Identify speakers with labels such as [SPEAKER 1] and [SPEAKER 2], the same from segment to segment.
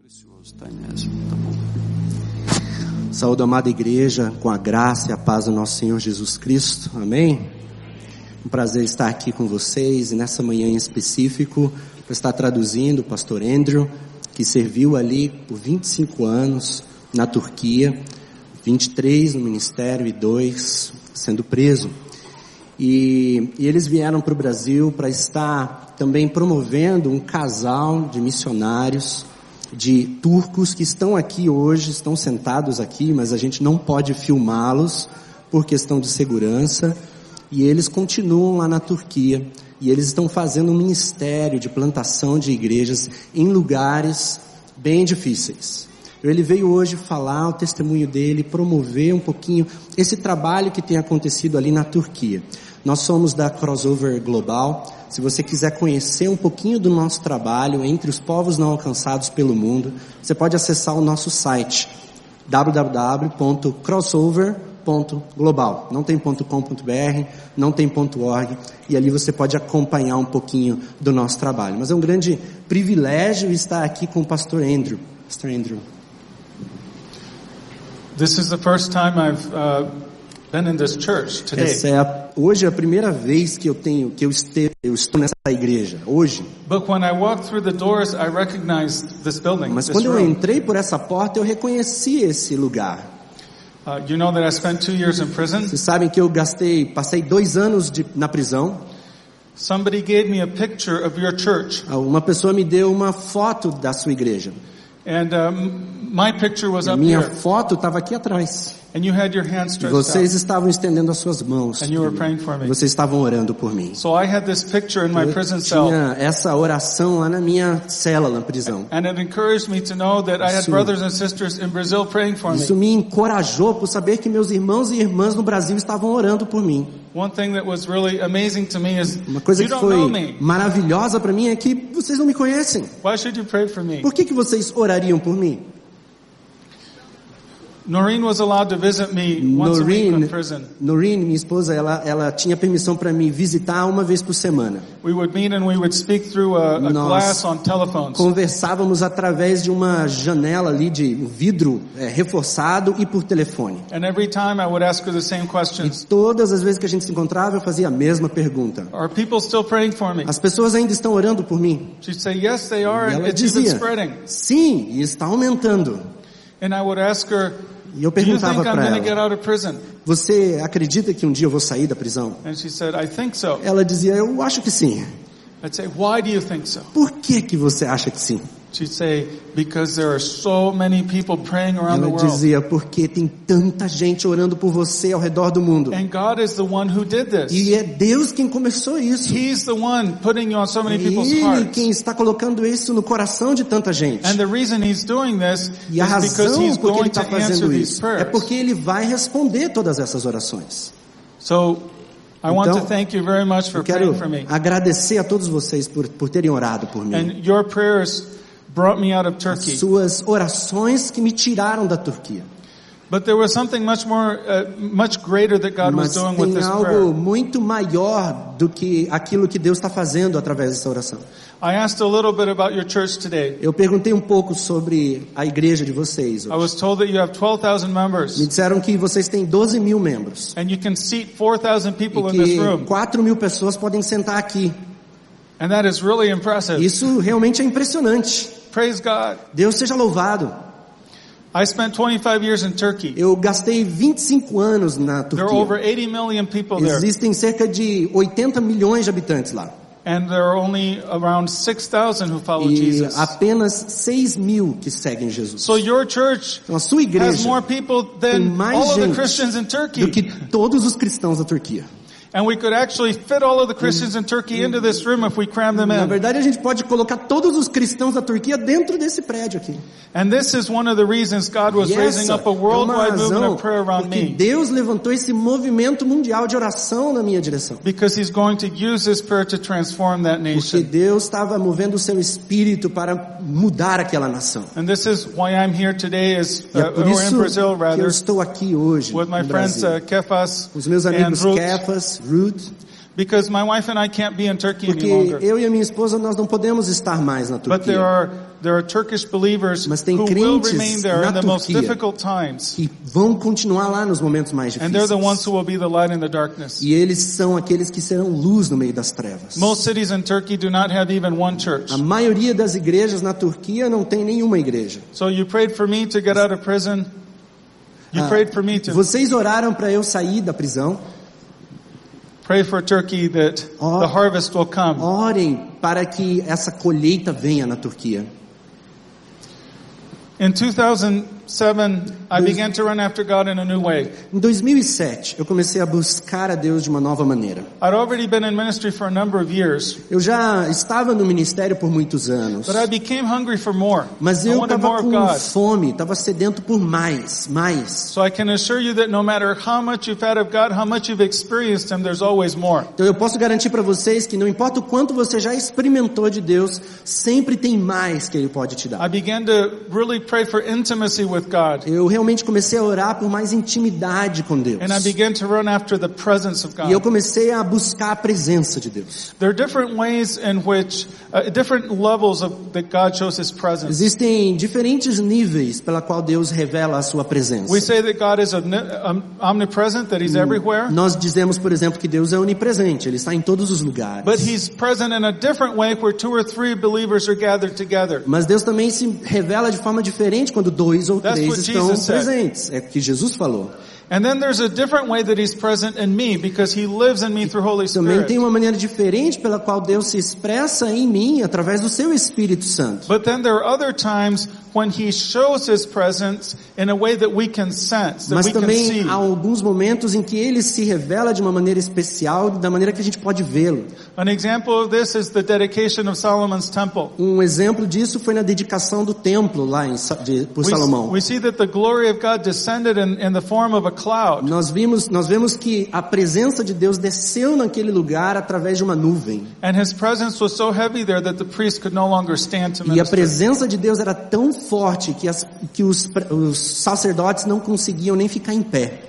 [SPEAKER 1] Precioso, tá, Inés? Tá bom. Saúde, amada igreja, com a graça e a paz do nosso Senhor Jesus Cristo. Amém? Um prazer estar aqui com vocês e nessa manhã em específico para estar traduzindo o pastor Andrew, que serviu ali por 25 anos na Turquia, 23 no ministério e 2 sendo preso. E, e, eles vieram para o Brasil para estar também promovendo um casal de missionários, de turcos que estão aqui hoje, estão sentados aqui, mas a gente não pode filmá-los por questão de segurança. E eles continuam lá na Turquia. E eles estão fazendo um ministério de plantação de igrejas em lugares bem difíceis. Ele veio hoje falar o testemunho dele, promover um pouquinho esse trabalho que tem acontecido ali na Turquia. Nós somos da Crossover Global. Se você quiser conhecer um pouquinho do nosso trabalho entre os povos não alcançados pelo mundo, você pode acessar o nosso site www.crossover.global. Não tem .com.br, não tem .org e ali você pode acompanhar um pouquinho do nosso trabalho. Mas é um grande privilégio estar aqui com o pastor Andrew. Pastor Andrew.
[SPEAKER 2] This is the first time I've uh, been in this church today.
[SPEAKER 1] Essa é a, hoje é a primeira vez que eu tenho que eu, este, eu estou nessa igreja hoje.
[SPEAKER 2] But when I walked through the doors, I recognized this building.
[SPEAKER 1] Mas
[SPEAKER 2] this
[SPEAKER 1] quando eu
[SPEAKER 2] room.
[SPEAKER 1] entrei por essa porta, eu reconheci esse lugar.
[SPEAKER 2] Uh, you know that I spent two years in prison.
[SPEAKER 1] Vocês sabem que eu gastei, passei dois anos de, na prisão.
[SPEAKER 2] Somebody gave me a picture of your church,
[SPEAKER 1] Ah, Uma pessoa me deu uma foto da sua igreja.
[SPEAKER 2] and um, my picture was
[SPEAKER 1] A
[SPEAKER 2] up
[SPEAKER 1] minha
[SPEAKER 2] here,
[SPEAKER 1] foto estava aqui atrás.
[SPEAKER 2] and you had your hands
[SPEAKER 1] E
[SPEAKER 2] stretched
[SPEAKER 1] vocês estavam estendendo as suas mãos.
[SPEAKER 2] out, and you were praying for me.
[SPEAKER 1] Vocês estavam orando por mim.
[SPEAKER 2] So I had this picture in my
[SPEAKER 1] Eu
[SPEAKER 2] prison cell,
[SPEAKER 1] tinha essa oração lá na minha cela, na prisão.
[SPEAKER 2] and it encouraged me to know that I had
[SPEAKER 1] Isso-
[SPEAKER 2] brothers and sisters in Brazil praying for me.
[SPEAKER 1] Isso me encorajou por saber que meus irmãos e irmãs no Brasil estavam orando por mim.
[SPEAKER 2] One thing that was really amazing to me is
[SPEAKER 1] Uma coisa
[SPEAKER 2] you
[SPEAKER 1] que
[SPEAKER 2] don't know
[SPEAKER 1] foi
[SPEAKER 2] me.
[SPEAKER 1] maravilhosa para mim é que vocês não me conhecem.
[SPEAKER 2] Why should you pray for me?
[SPEAKER 1] Por que, que vocês orariam por mim?
[SPEAKER 2] Noreen was allowed to visit me once a week
[SPEAKER 1] Noreen,
[SPEAKER 2] in prison.
[SPEAKER 1] Noreen, minha esposa, ela, ela tinha permissão para me visitar uma vez por semana.
[SPEAKER 2] We would meet and we would speak through a, a
[SPEAKER 1] Nós
[SPEAKER 2] glass on telephones.
[SPEAKER 1] Conversávamos através de uma janela ali de um vidro eh, reforçado e por telefone.
[SPEAKER 2] And every time I would ask her the same questions.
[SPEAKER 1] Todas as vezes que a gente se encontrava, eu fazia a mesma pergunta.
[SPEAKER 2] Are people still praying for me?
[SPEAKER 1] As pessoas ainda estão orando por mim?
[SPEAKER 2] She'd say, yes, they
[SPEAKER 1] E
[SPEAKER 2] are, and
[SPEAKER 1] ela
[SPEAKER 2] it isn't
[SPEAKER 1] dizia,
[SPEAKER 2] spreading.
[SPEAKER 1] sim, e está aumentando.
[SPEAKER 2] And I would ask her,
[SPEAKER 1] E eu
[SPEAKER 2] do you think
[SPEAKER 1] perguntava
[SPEAKER 2] I'm
[SPEAKER 1] para
[SPEAKER 2] going to get
[SPEAKER 1] ela,
[SPEAKER 2] out of prison?
[SPEAKER 1] você acredita que um dia eu vou sair da prisão?
[SPEAKER 2] And she said, I think so.
[SPEAKER 1] Ela dizia, eu acho que sim.
[SPEAKER 2] I'd say, why do you think so?
[SPEAKER 1] Por que que você acha que sim?
[SPEAKER 2] She'd say, because there are so many people praying around the
[SPEAKER 1] Ela
[SPEAKER 2] world.
[SPEAKER 1] dizia, porque tem tanta gente orando por você ao redor do mundo.
[SPEAKER 2] And God is the one who did this.
[SPEAKER 1] E é Deus quem começou isso.
[SPEAKER 2] He's the one putting you on so
[SPEAKER 1] É
[SPEAKER 2] many people's
[SPEAKER 1] Ele
[SPEAKER 2] hearts.
[SPEAKER 1] quem está colocando isso no coração de tanta gente.
[SPEAKER 2] And the reason he's doing this
[SPEAKER 1] E a
[SPEAKER 2] is because
[SPEAKER 1] razão
[SPEAKER 2] he's
[SPEAKER 1] por que ele
[SPEAKER 2] going to
[SPEAKER 1] está
[SPEAKER 2] answer
[SPEAKER 1] fazendo
[SPEAKER 2] these
[SPEAKER 1] isso é
[SPEAKER 2] prayers.
[SPEAKER 1] porque ele vai responder todas essas orações.
[SPEAKER 2] So I want
[SPEAKER 1] Então,
[SPEAKER 2] to thank you very much for
[SPEAKER 1] Eu quero
[SPEAKER 2] praying for me.
[SPEAKER 1] agradecer a todos vocês por, por terem orado por mim.
[SPEAKER 2] And your prayers brought me out of Turkey.
[SPEAKER 1] Suas orações que me tiraram da Turquia.
[SPEAKER 2] But there was something much more, uh, much greater that God
[SPEAKER 1] Mas
[SPEAKER 2] was doing with
[SPEAKER 1] tem
[SPEAKER 2] this
[SPEAKER 1] algo
[SPEAKER 2] prayer.
[SPEAKER 1] muito maior do que aquilo que Deus está fazendo através dessa oração.
[SPEAKER 2] I asked a little bit about your church today.
[SPEAKER 1] Eu perguntei um pouco sobre a igreja de vocês.
[SPEAKER 2] I was told that you have 12,000
[SPEAKER 1] Me
[SPEAKER 2] members
[SPEAKER 1] disseram que vocês têm 12 mil membros.
[SPEAKER 2] and you can seat 4,000 people
[SPEAKER 1] E
[SPEAKER 2] in this
[SPEAKER 1] que
[SPEAKER 2] room.
[SPEAKER 1] 4 mil pessoas podem sentar aqui.
[SPEAKER 2] And that is really impressive.
[SPEAKER 1] Isso realmente é impressionante.
[SPEAKER 2] Praise God.
[SPEAKER 1] Deus seja louvado.
[SPEAKER 2] I spent 25 years in Turkey.
[SPEAKER 1] Eu gastei 25 anos na
[SPEAKER 2] There are over
[SPEAKER 1] Turquia.
[SPEAKER 2] 80 million people there.
[SPEAKER 1] Existem cerca de 80 milhões de habitantes lá.
[SPEAKER 2] And there are only around 6,000 who follow
[SPEAKER 1] E
[SPEAKER 2] Oh, Jesus.
[SPEAKER 1] apenas 6 mil que seguem Jesus.
[SPEAKER 2] So your church
[SPEAKER 1] Então a sua
[SPEAKER 2] has
[SPEAKER 1] igreja
[SPEAKER 2] more people
[SPEAKER 1] tem
[SPEAKER 2] than
[SPEAKER 1] mais
[SPEAKER 2] all of the
[SPEAKER 1] gente
[SPEAKER 2] Christians in
[SPEAKER 1] do
[SPEAKER 2] Turkey.
[SPEAKER 1] que todos os cristãos da Turquia.
[SPEAKER 2] And we could actually fit all of the Christians in
[SPEAKER 1] Mm.
[SPEAKER 2] Turkey into this room if we cram them
[SPEAKER 1] Na
[SPEAKER 2] in.
[SPEAKER 1] verdade, a gente pode colocar todos os cristãos da Turquia dentro desse prédio aqui.
[SPEAKER 2] And this is one of the reasons God was
[SPEAKER 1] E
[SPEAKER 2] raising
[SPEAKER 1] essa
[SPEAKER 2] up a
[SPEAKER 1] é uma
[SPEAKER 2] worldwide movement
[SPEAKER 1] razão
[SPEAKER 2] of prayer around
[SPEAKER 1] porque
[SPEAKER 2] me.
[SPEAKER 1] Deus levantou esse movimento mundial de oração na minha direção.
[SPEAKER 2] Because he's going to use this prayer to transform that
[SPEAKER 1] Porque
[SPEAKER 2] nation.
[SPEAKER 1] Deus estava movendo o seu espírito para mudar aquela nação.
[SPEAKER 2] And this is why I'm here today is,
[SPEAKER 1] E é
[SPEAKER 2] uh,
[SPEAKER 1] por
[SPEAKER 2] or in
[SPEAKER 1] isso
[SPEAKER 2] Brazil
[SPEAKER 1] que eu
[SPEAKER 2] rather,
[SPEAKER 1] estou aqui hoje
[SPEAKER 2] with my
[SPEAKER 1] no
[SPEAKER 2] friends
[SPEAKER 1] Brasil.
[SPEAKER 2] uh, Kefas
[SPEAKER 1] Com os meus
[SPEAKER 2] and
[SPEAKER 1] amigos
[SPEAKER 2] Ruth.
[SPEAKER 1] Kefas, Ruth,
[SPEAKER 2] because my wife and I can't be in Turkey
[SPEAKER 1] Porque
[SPEAKER 2] any longer.
[SPEAKER 1] eu e a minha esposa nós não podemos estar mais na
[SPEAKER 2] But there
[SPEAKER 1] Turquia.
[SPEAKER 2] are there are Turkish believers
[SPEAKER 1] Mas tem
[SPEAKER 2] who will
[SPEAKER 1] crentes
[SPEAKER 2] remain there in
[SPEAKER 1] na
[SPEAKER 2] the most
[SPEAKER 1] Turquia.
[SPEAKER 2] difficult times,
[SPEAKER 1] E vão continuar lá nos momentos mais
[SPEAKER 2] and they're the ones
[SPEAKER 1] difíceis.
[SPEAKER 2] who will be the light in the darkness.
[SPEAKER 1] E eles são aqueles que serão luz no meio das trevas.
[SPEAKER 2] Most cities in Turkey do not have even one church.
[SPEAKER 1] A maioria das igrejas na Turquia não tem nenhuma igreja.
[SPEAKER 2] So you prayed for me to get out of prison. You
[SPEAKER 1] Ah,
[SPEAKER 2] prayed for me to
[SPEAKER 1] Vocês oraram para eu sair da prisão.
[SPEAKER 2] pray for Turkey that
[SPEAKER 1] Oh.
[SPEAKER 2] the harvest will come.
[SPEAKER 1] uh, Orem para que essa colheita venha na Turquia.
[SPEAKER 2] In 2007, I began to run after God in a new way.
[SPEAKER 1] Em 2007, eu comecei a buscar a Deus de uma nova maneira.
[SPEAKER 2] I'd already been in ministry for a number of years,
[SPEAKER 1] Eu já estava no ministério por muitos anos,
[SPEAKER 2] but I became hungry for more.
[SPEAKER 1] mas
[SPEAKER 2] I
[SPEAKER 1] eu
[SPEAKER 2] wanted more
[SPEAKER 1] estava
[SPEAKER 2] of
[SPEAKER 1] com
[SPEAKER 2] God.
[SPEAKER 1] fome, estava sedento por mais, mais.
[SPEAKER 2] So I can assure you that no matter how much you've had of God, how much you've experienced Him, there's always more.
[SPEAKER 1] Então eu posso garantir para vocês que não importa o quanto você já experimentou de Deus, sempre tem mais que Ele pode te dar.
[SPEAKER 2] I began to really pray for intimacy with God,
[SPEAKER 1] Eu realmente comecei a orar por mais intimidade com Deus.
[SPEAKER 2] and I began to run after the presence of
[SPEAKER 1] E eu
[SPEAKER 2] God.
[SPEAKER 1] comecei a buscar a presença de Deus.
[SPEAKER 2] There are different ways in which, uh, different levels of that God shows His presence.
[SPEAKER 1] Existem diferentes níveis pela qual Deus revela a sua presença.
[SPEAKER 2] We say that God is omni- um, omnipresent, that He's everywhere,
[SPEAKER 1] Nós dizemos, por exemplo, que Deus é onipresente, ele está em todos os lugares.
[SPEAKER 2] but He's present in a different way where two or three believers are gathered together.
[SPEAKER 1] Mas Deus também se revela de forma diferente quando dois ou
[SPEAKER 2] That's
[SPEAKER 1] três
[SPEAKER 2] what
[SPEAKER 1] estão
[SPEAKER 2] Jesus said.
[SPEAKER 1] presentes. É o que Jesus falou.
[SPEAKER 2] And then there's a different way that He's present in me because He lives in me through Holy
[SPEAKER 1] Também tem
[SPEAKER 2] Spirit.
[SPEAKER 1] uma maneira diferente pela qual Deus se expressa em mim através do seu Espírito Santo.
[SPEAKER 2] But then there are other times when He shows His presence in a way that we can sense, that
[SPEAKER 1] Mas
[SPEAKER 2] we can
[SPEAKER 1] também
[SPEAKER 2] see.
[SPEAKER 1] há um- alguns momentos em que ele se revela de uma maneira especial, da maneira que a gente pode vê-lo.
[SPEAKER 2] An example of this is the dedication of Solomon's temple.
[SPEAKER 1] Um exemplo disso foi na dedicação do templo lá em, Sa- de, por
[SPEAKER 2] We,
[SPEAKER 1] Salomão.
[SPEAKER 2] we see that the glory of God descended in, in the form of a cloud.
[SPEAKER 1] Nós vimos, nós vemos que a presença de Deus desceu naquele lugar através de uma nuvem.
[SPEAKER 2] And his presence was so heavy there that the priest could no longer stand to
[SPEAKER 1] E a
[SPEAKER 2] minister.
[SPEAKER 1] presença de Deus era tão forte que, as, que os, pre- os sacerdotes não conseguiam nem ficar em pé.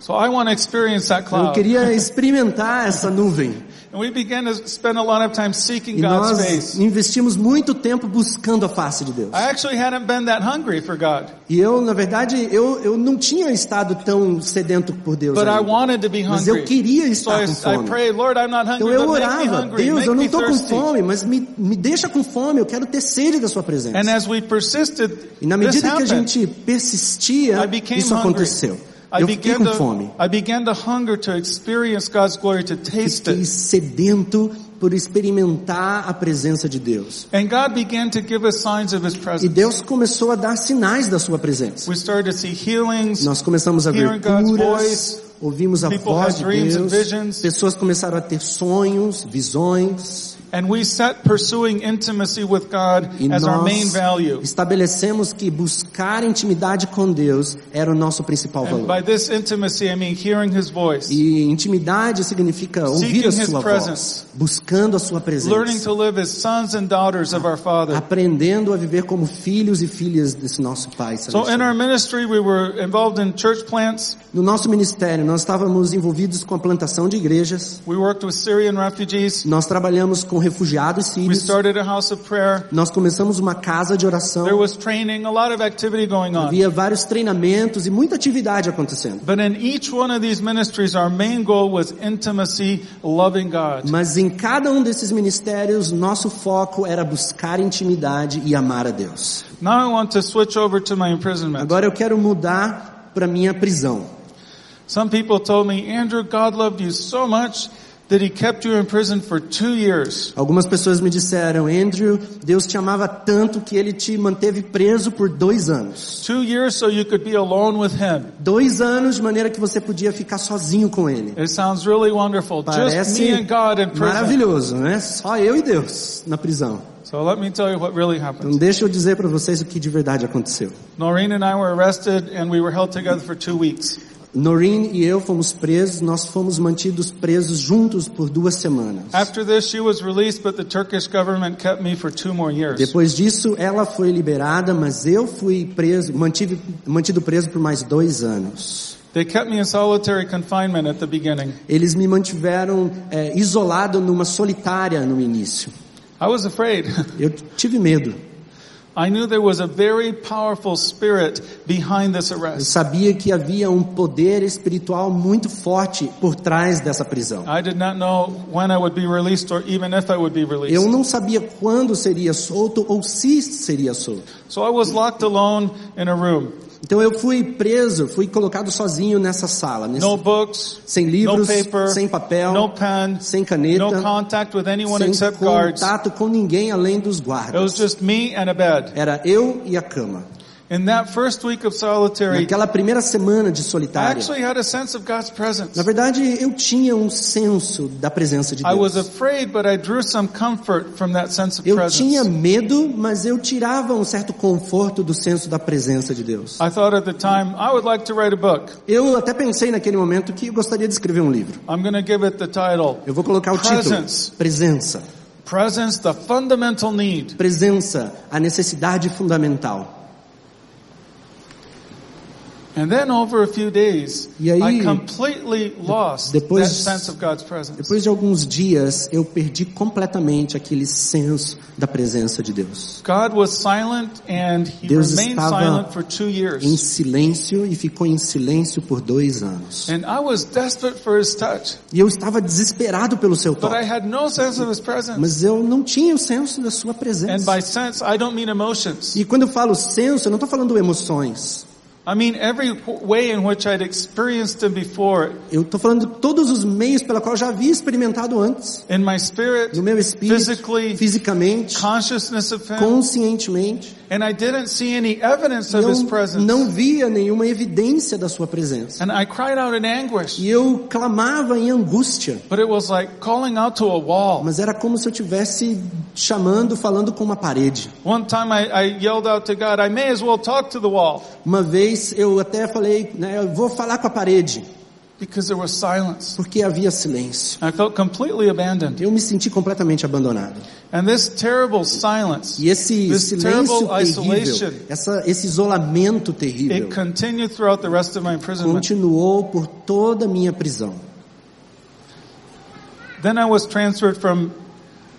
[SPEAKER 2] So I want to experience that
[SPEAKER 1] Eu
[SPEAKER 2] cloud.
[SPEAKER 1] queria experimentar essa nuvem.
[SPEAKER 2] And we began to spend a lot of time seeking
[SPEAKER 1] E
[SPEAKER 2] God's
[SPEAKER 1] nós
[SPEAKER 2] face.
[SPEAKER 1] investimos muito tempo buscando a face de Deus.
[SPEAKER 2] I actually hadn't been that hungry for God,
[SPEAKER 1] E eu, na verdade, eu, eu não tinha estado tão sedento por Deus.
[SPEAKER 2] but I
[SPEAKER 1] ainda.
[SPEAKER 2] wanted to be
[SPEAKER 1] Mas eu
[SPEAKER 2] hungry.
[SPEAKER 1] queria
[SPEAKER 2] So
[SPEAKER 1] estar
[SPEAKER 2] I,
[SPEAKER 1] com
[SPEAKER 2] I
[SPEAKER 1] fome.
[SPEAKER 2] prayed, Lord, I'm not
[SPEAKER 1] Então
[SPEAKER 2] hungry,
[SPEAKER 1] eu
[SPEAKER 2] but make me
[SPEAKER 1] orava,
[SPEAKER 2] hungry,
[SPEAKER 1] Deus, eu
[SPEAKER 2] make
[SPEAKER 1] não
[SPEAKER 2] me
[SPEAKER 1] estou com
[SPEAKER 2] thirsty.
[SPEAKER 1] fome, mas me, me deixa com fome, eu quero ter sede da sua
[SPEAKER 2] And
[SPEAKER 1] presença.
[SPEAKER 2] as we persisted,
[SPEAKER 1] E na
[SPEAKER 2] this
[SPEAKER 1] medida que a
[SPEAKER 2] happened.
[SPEAKER 1] gente
[SPEAKER 2] I
[SPEAKER 1] persistia,
[SPEAKER 2] became
[SPEAKER 1] isso
[SPEAKER 2] hungry.
[SPEAKER 1] aconteceu.
[SPEAKER 2] I
[SPEAKER 1] Eu fiquei
[SPEAKER 2] began
[SPEAKER 1] com
[SPEAKER 2] to
[SPEAKER 1] fome.
[SPEAKER 2] I began to hunger to experience God's glory, to taste
[SPEAKER 1] Fiquei
[SPEAKER 2] it.
[SPEAKER 1] sedento por experimentar a presença de Deus.
[SPEAKER 2] And God began to give us signs of His
[SPEAKER 1] E
[SPEAKER 2] presence.
[SPEAKER 1] Deus começou a dar sinais da sua presença.
[SPEAKER 2] We started to see healings.
[SPEAKER 1] Nós começamos a ver
[SPEAKER 2] Hearing God's
[SPEAKER 1] curas,
[SPEAKER 2] voice.
[SPEAKER 1] ouvimos a
[SPEAKER 2] People
[SPEAKER 1] voz
[SPEAKER 2] had
[SPEAKER 1] de
[SPEAKER 2] dreams and
[SPEAKER 1] Deus,
[SPEAKER 2] visions.
[SPEAKER 1] pessoas começaram a ter sonhos, visões,
[SPEAKER 2] And we set pursuing intimacy with God
[SPEAKER 1] e
[SPEAKER 2] as our main
[SPEAKER 1] nós
[SPEAKER 2] value.
[SPEAKER 1] estabelecemos que buscar intimidade com Deus era o nosso principal
[SPEAKER 2] And
[SPEAKER 1] valor.
[SPEAKER 2] by this intimacy, I mean hearing His voice,
[SPEAKER 1] E intimidade significa ouvir a
[SPEAKER 2] Seeking His
[SPEAKER 1] sua voz,
[SPEAKER 2] presence.
[SPEAKER 1] buscando a sua
[SPEAKER 2] learning
[SPEAKER 1] presença,
[SPEAKER 2] to live as sons and daughters of our Father.
[SPEAKER 1] aprendendo a viver como filhos e filhas desse nosso Pai
[SPEAKER 2] So in
[SPEAKER 1] celestial.
[SPEAKER 2] our ministry, we were involved in church plants.
[SPEAKER 1] No nosso ministério, nós estávamos envolvidos com a plantação de igrejas,
[SPEAKER 2] We worked with Syrian refugees.
[SPEAKER 1] nós trabalhamos com refugiados
[SPEAKER 2] We
[SPEAKER 1] sírios,
[SPEAKER 2] started a house of prayer.
[SPEAKER 1] nós começamos uma casa de
[SPEAKER 2] There
[SPEAKER 1] oração,
[SPEAKER 2] was training, a lot of activity going on.
[SPEAKER 1] havia vários treinamentos e muita atividade acontecendo.
[SPEAKER 2] But in each one of these ministries, our main goal was intimacy, loving God.
[SPEAKER 1] Mas em cada um desses ministérios, nosso foco era buscar intimidade e amar a Deus.
[SPEAKER 2] Now I want to switch over to my imprisonment.
[SPEAKER 1] Agora eu quero mudar para minha prisão.
[SPEAKER 2] Some people told me, Andrew, God loved you so much that he kept you in prison for two years.
[SPEAKER 1] Algumas pessoas me disseram, Andrew, Deus te amava tanto que ele te manteve preso por dois anos.
[SPEAKER 2] Two years so you could be alone with him.
[SPEAKER 1] Dois anos de maneira que você podia ficar sozinho com ele.
[SPEAKER 2] It sounds really wonderful. Just
[SPEAKER 1] Parece
[SPEAKER 2] me and God in prison.
[SPEAKER 1] maravilhoso, né? Só eu e Deus na prisão.
[SPEAKER 2] So let me tell you what really happened.
[SPEAKER 1] Então deixa eu dizer para vocês o que de verdade aconteceu.
[SPEAKER 2] Noreen and I were arrested and we were held together for two weeks.
[SPEAKER 1] Noreen e eu fomos presos, nós fomos mantidos presos juntos por duas semanas.
[SPEAKER 2] After this, she was released, but the Turkish government kept me for two more years.
[SPEAKER 1] Depois disso, ela foi liberada, mas eu fui preso, mantive, mantido preso por mais dois anos.
[SPEAKER 2] They kept me in solitary confinement at the beginning.
[SPEAKER 1] Eles me mantiveram é, isolado numa solitária no início.
[SPEAKER 2] I was afraid.
[SPEAKER 1] Eu tive medo.
[SPEAKER 2] I knew there was a very powerful spirit behind this
[SPEAKER 1] Eu
[SPEAKER 2] arrest.
[SPEAKER 1] sabia que havia um poder espiritual muito forte por trás dessa prisão.
[SPEAKER 2] I did not know when I would be released or even if I would be
[SPEAKER 1] Eu
[SPEAKER 2] released.
[SPEAKER 1] não sabia quando seria solto ou se seria solto.
[SPEAKER 2] So I was locked alone in a room.
[SPEAKER 1] Então eu fui preso, fui colocado sozinho nessa sala, nesse-
[SPEAKER 2] No books,
[SPEAKER 1] sem
[SPEAKER 2] no
[SPEAKER 1] livros,
[SPEAKER 2] paper,
[SPEAKER 1] sem papel,
[SPEAKER 2] no pen,
[SPEAKER 1] sem caneta,
[SPEAKER 2] no contact with anyone
[SPEAKER 1] sem
[SPEAKER 2] except guards. It
[SPEAKER 1] contato com ninguém além dos
[SPEAKER 2] was
[SPEAKER 1] guardas.
[SPEAKER 2] just me and a bed.
[SPEAKER 1] Era eu e a cama.
[SPEAKER 2] In that first week of solitary,
[SPEAKER 1] Naquela primeira semana de
[SPEAKER 2] I
[SPEAKER 1] solitário,
[SPEAKER 2] actually had a sense of God's presence.
[SPEAKER 1] na verdade eu tinha um senso da presença de
[SPEAKER 2] I was
[SPEAKER 1] Deus.
[SPEAKER 2] afraid, but I drew some comfort from that sense of
[SPEAKER 1] Eu tinha
[SPEAKER 2] presence.
[SPEAKER 1] medo, mas eu tirava um certo conforto do senso da presença de Deus.
[SPEAKER 2] I thought at the time, I would like to write a book.
[SPEAKER 1] Eu até pensei naquele momento que eu gostaria de escrever um livro.
[SPEAKER 2] I'm going to give it the title.
[SPEAKER 1] Eu vou colocar o
[SPEAKER 2] Presence.
[SPEAKER 1] título. Presença.
[SPEAKER 2] Presence, the fundamental need.
[SPEAKER 1] Presença, a necessidade fundamental.
[SPEAKER 2] And then over a few days,
[SPEAKER 1] E aí,
[SPEAKER 2] I completely lost
[SPEAKER 1] depois-
[SPEAKER 2] that sense of God's presence.
[SPEAKER 1] Depois de alguns dias, eu perdi completamente aquele senso da presença de Deus.
[SPEAKER 2] God was silent and he
[SPEAKER 1] Deus
[SPEAKER 2] remained
[SPEAKER 1] estava
[SPEAKER 2] silent for two
[SPEAKER 1] Em
[SPEAKER 2] years.
[SPEAKER 1] silêncio e ficou em silêncio por dois anos.
[SPEAKER 2] And I was desperate for his touch,
[SPEAKER 1] E eu estava desesperado pelo seu
[SPEAKER 2] but I
[SPEAKER 1] toque.
[SPEAKER 2] had no sense of his presence.
[SPEAKER 1] Mas eu não tinha o senso da sua
[SPEAKER 2] And
[SPEAKER 1] presença.
[SPEAKER 2] by sense, I don't mean emotions.
[SPEAKER 1] E quando eu falo senso, eu não estou falando emoções.
[SPEAKER 2] I mean every w- way in which I'd experienced him before
[SPEAKER 1] Eu estou falando todos os meios pela qual eu já havia experimentado antes.
[SPEAKER 2] in my spirit,
[SPEAKER 1] No meu espírito,
[SPEAKER 2] physically,
[SPEAKER 1] fisicamente,
[SPEAKER 2] consciousness of him,
[SPEAKER 1] conscientemente.
[SPEAKER 2] and I didn't see any evidence of his
[SPEAKER 1] Eu
[SPEAKER 2] presence.
[SPEAKER 1] não via nenhuma evidência da sua presença.
[SPEAKER 2] And I cried out in anguish,
[SPEAKER 1] E eu clamava em angústia.
[SPEAKER 2] but it was like calling out to a wall.
[SPEAKER 1] Mas era como se eu estivesse chamando, falando com uma parede.
[SPEAKER 2] One time I, I yelled out to God, I may as well talk to the wall
[SPEAKER 1] Uma vez eu até falei, né, eu vou falar com a parede,
[SPEAKER 2] because there was silence.
[SPEAKER 1] porque havia silêncio.
[SPEAKER 2] I felt completely abandoned.
[SPEAKER 1] Eu me senti completamente abandonado.
[SPEAKER 2] And this terrible silence,
[SPEAKER 1] E esse
[SPEAKER 2] This
[SPEAKER 1] silêncio
[SPEAKER 2] terrible isolation.
[SPEAKER 1] terrível, essa, esse isolamento terrível,
[SPEAKER 2] it continued throughout the rest of my imprisonment.
[SPEAKER 1] continuou por toda a minha prisão.
[SPEAKER 2] Then I was transferred from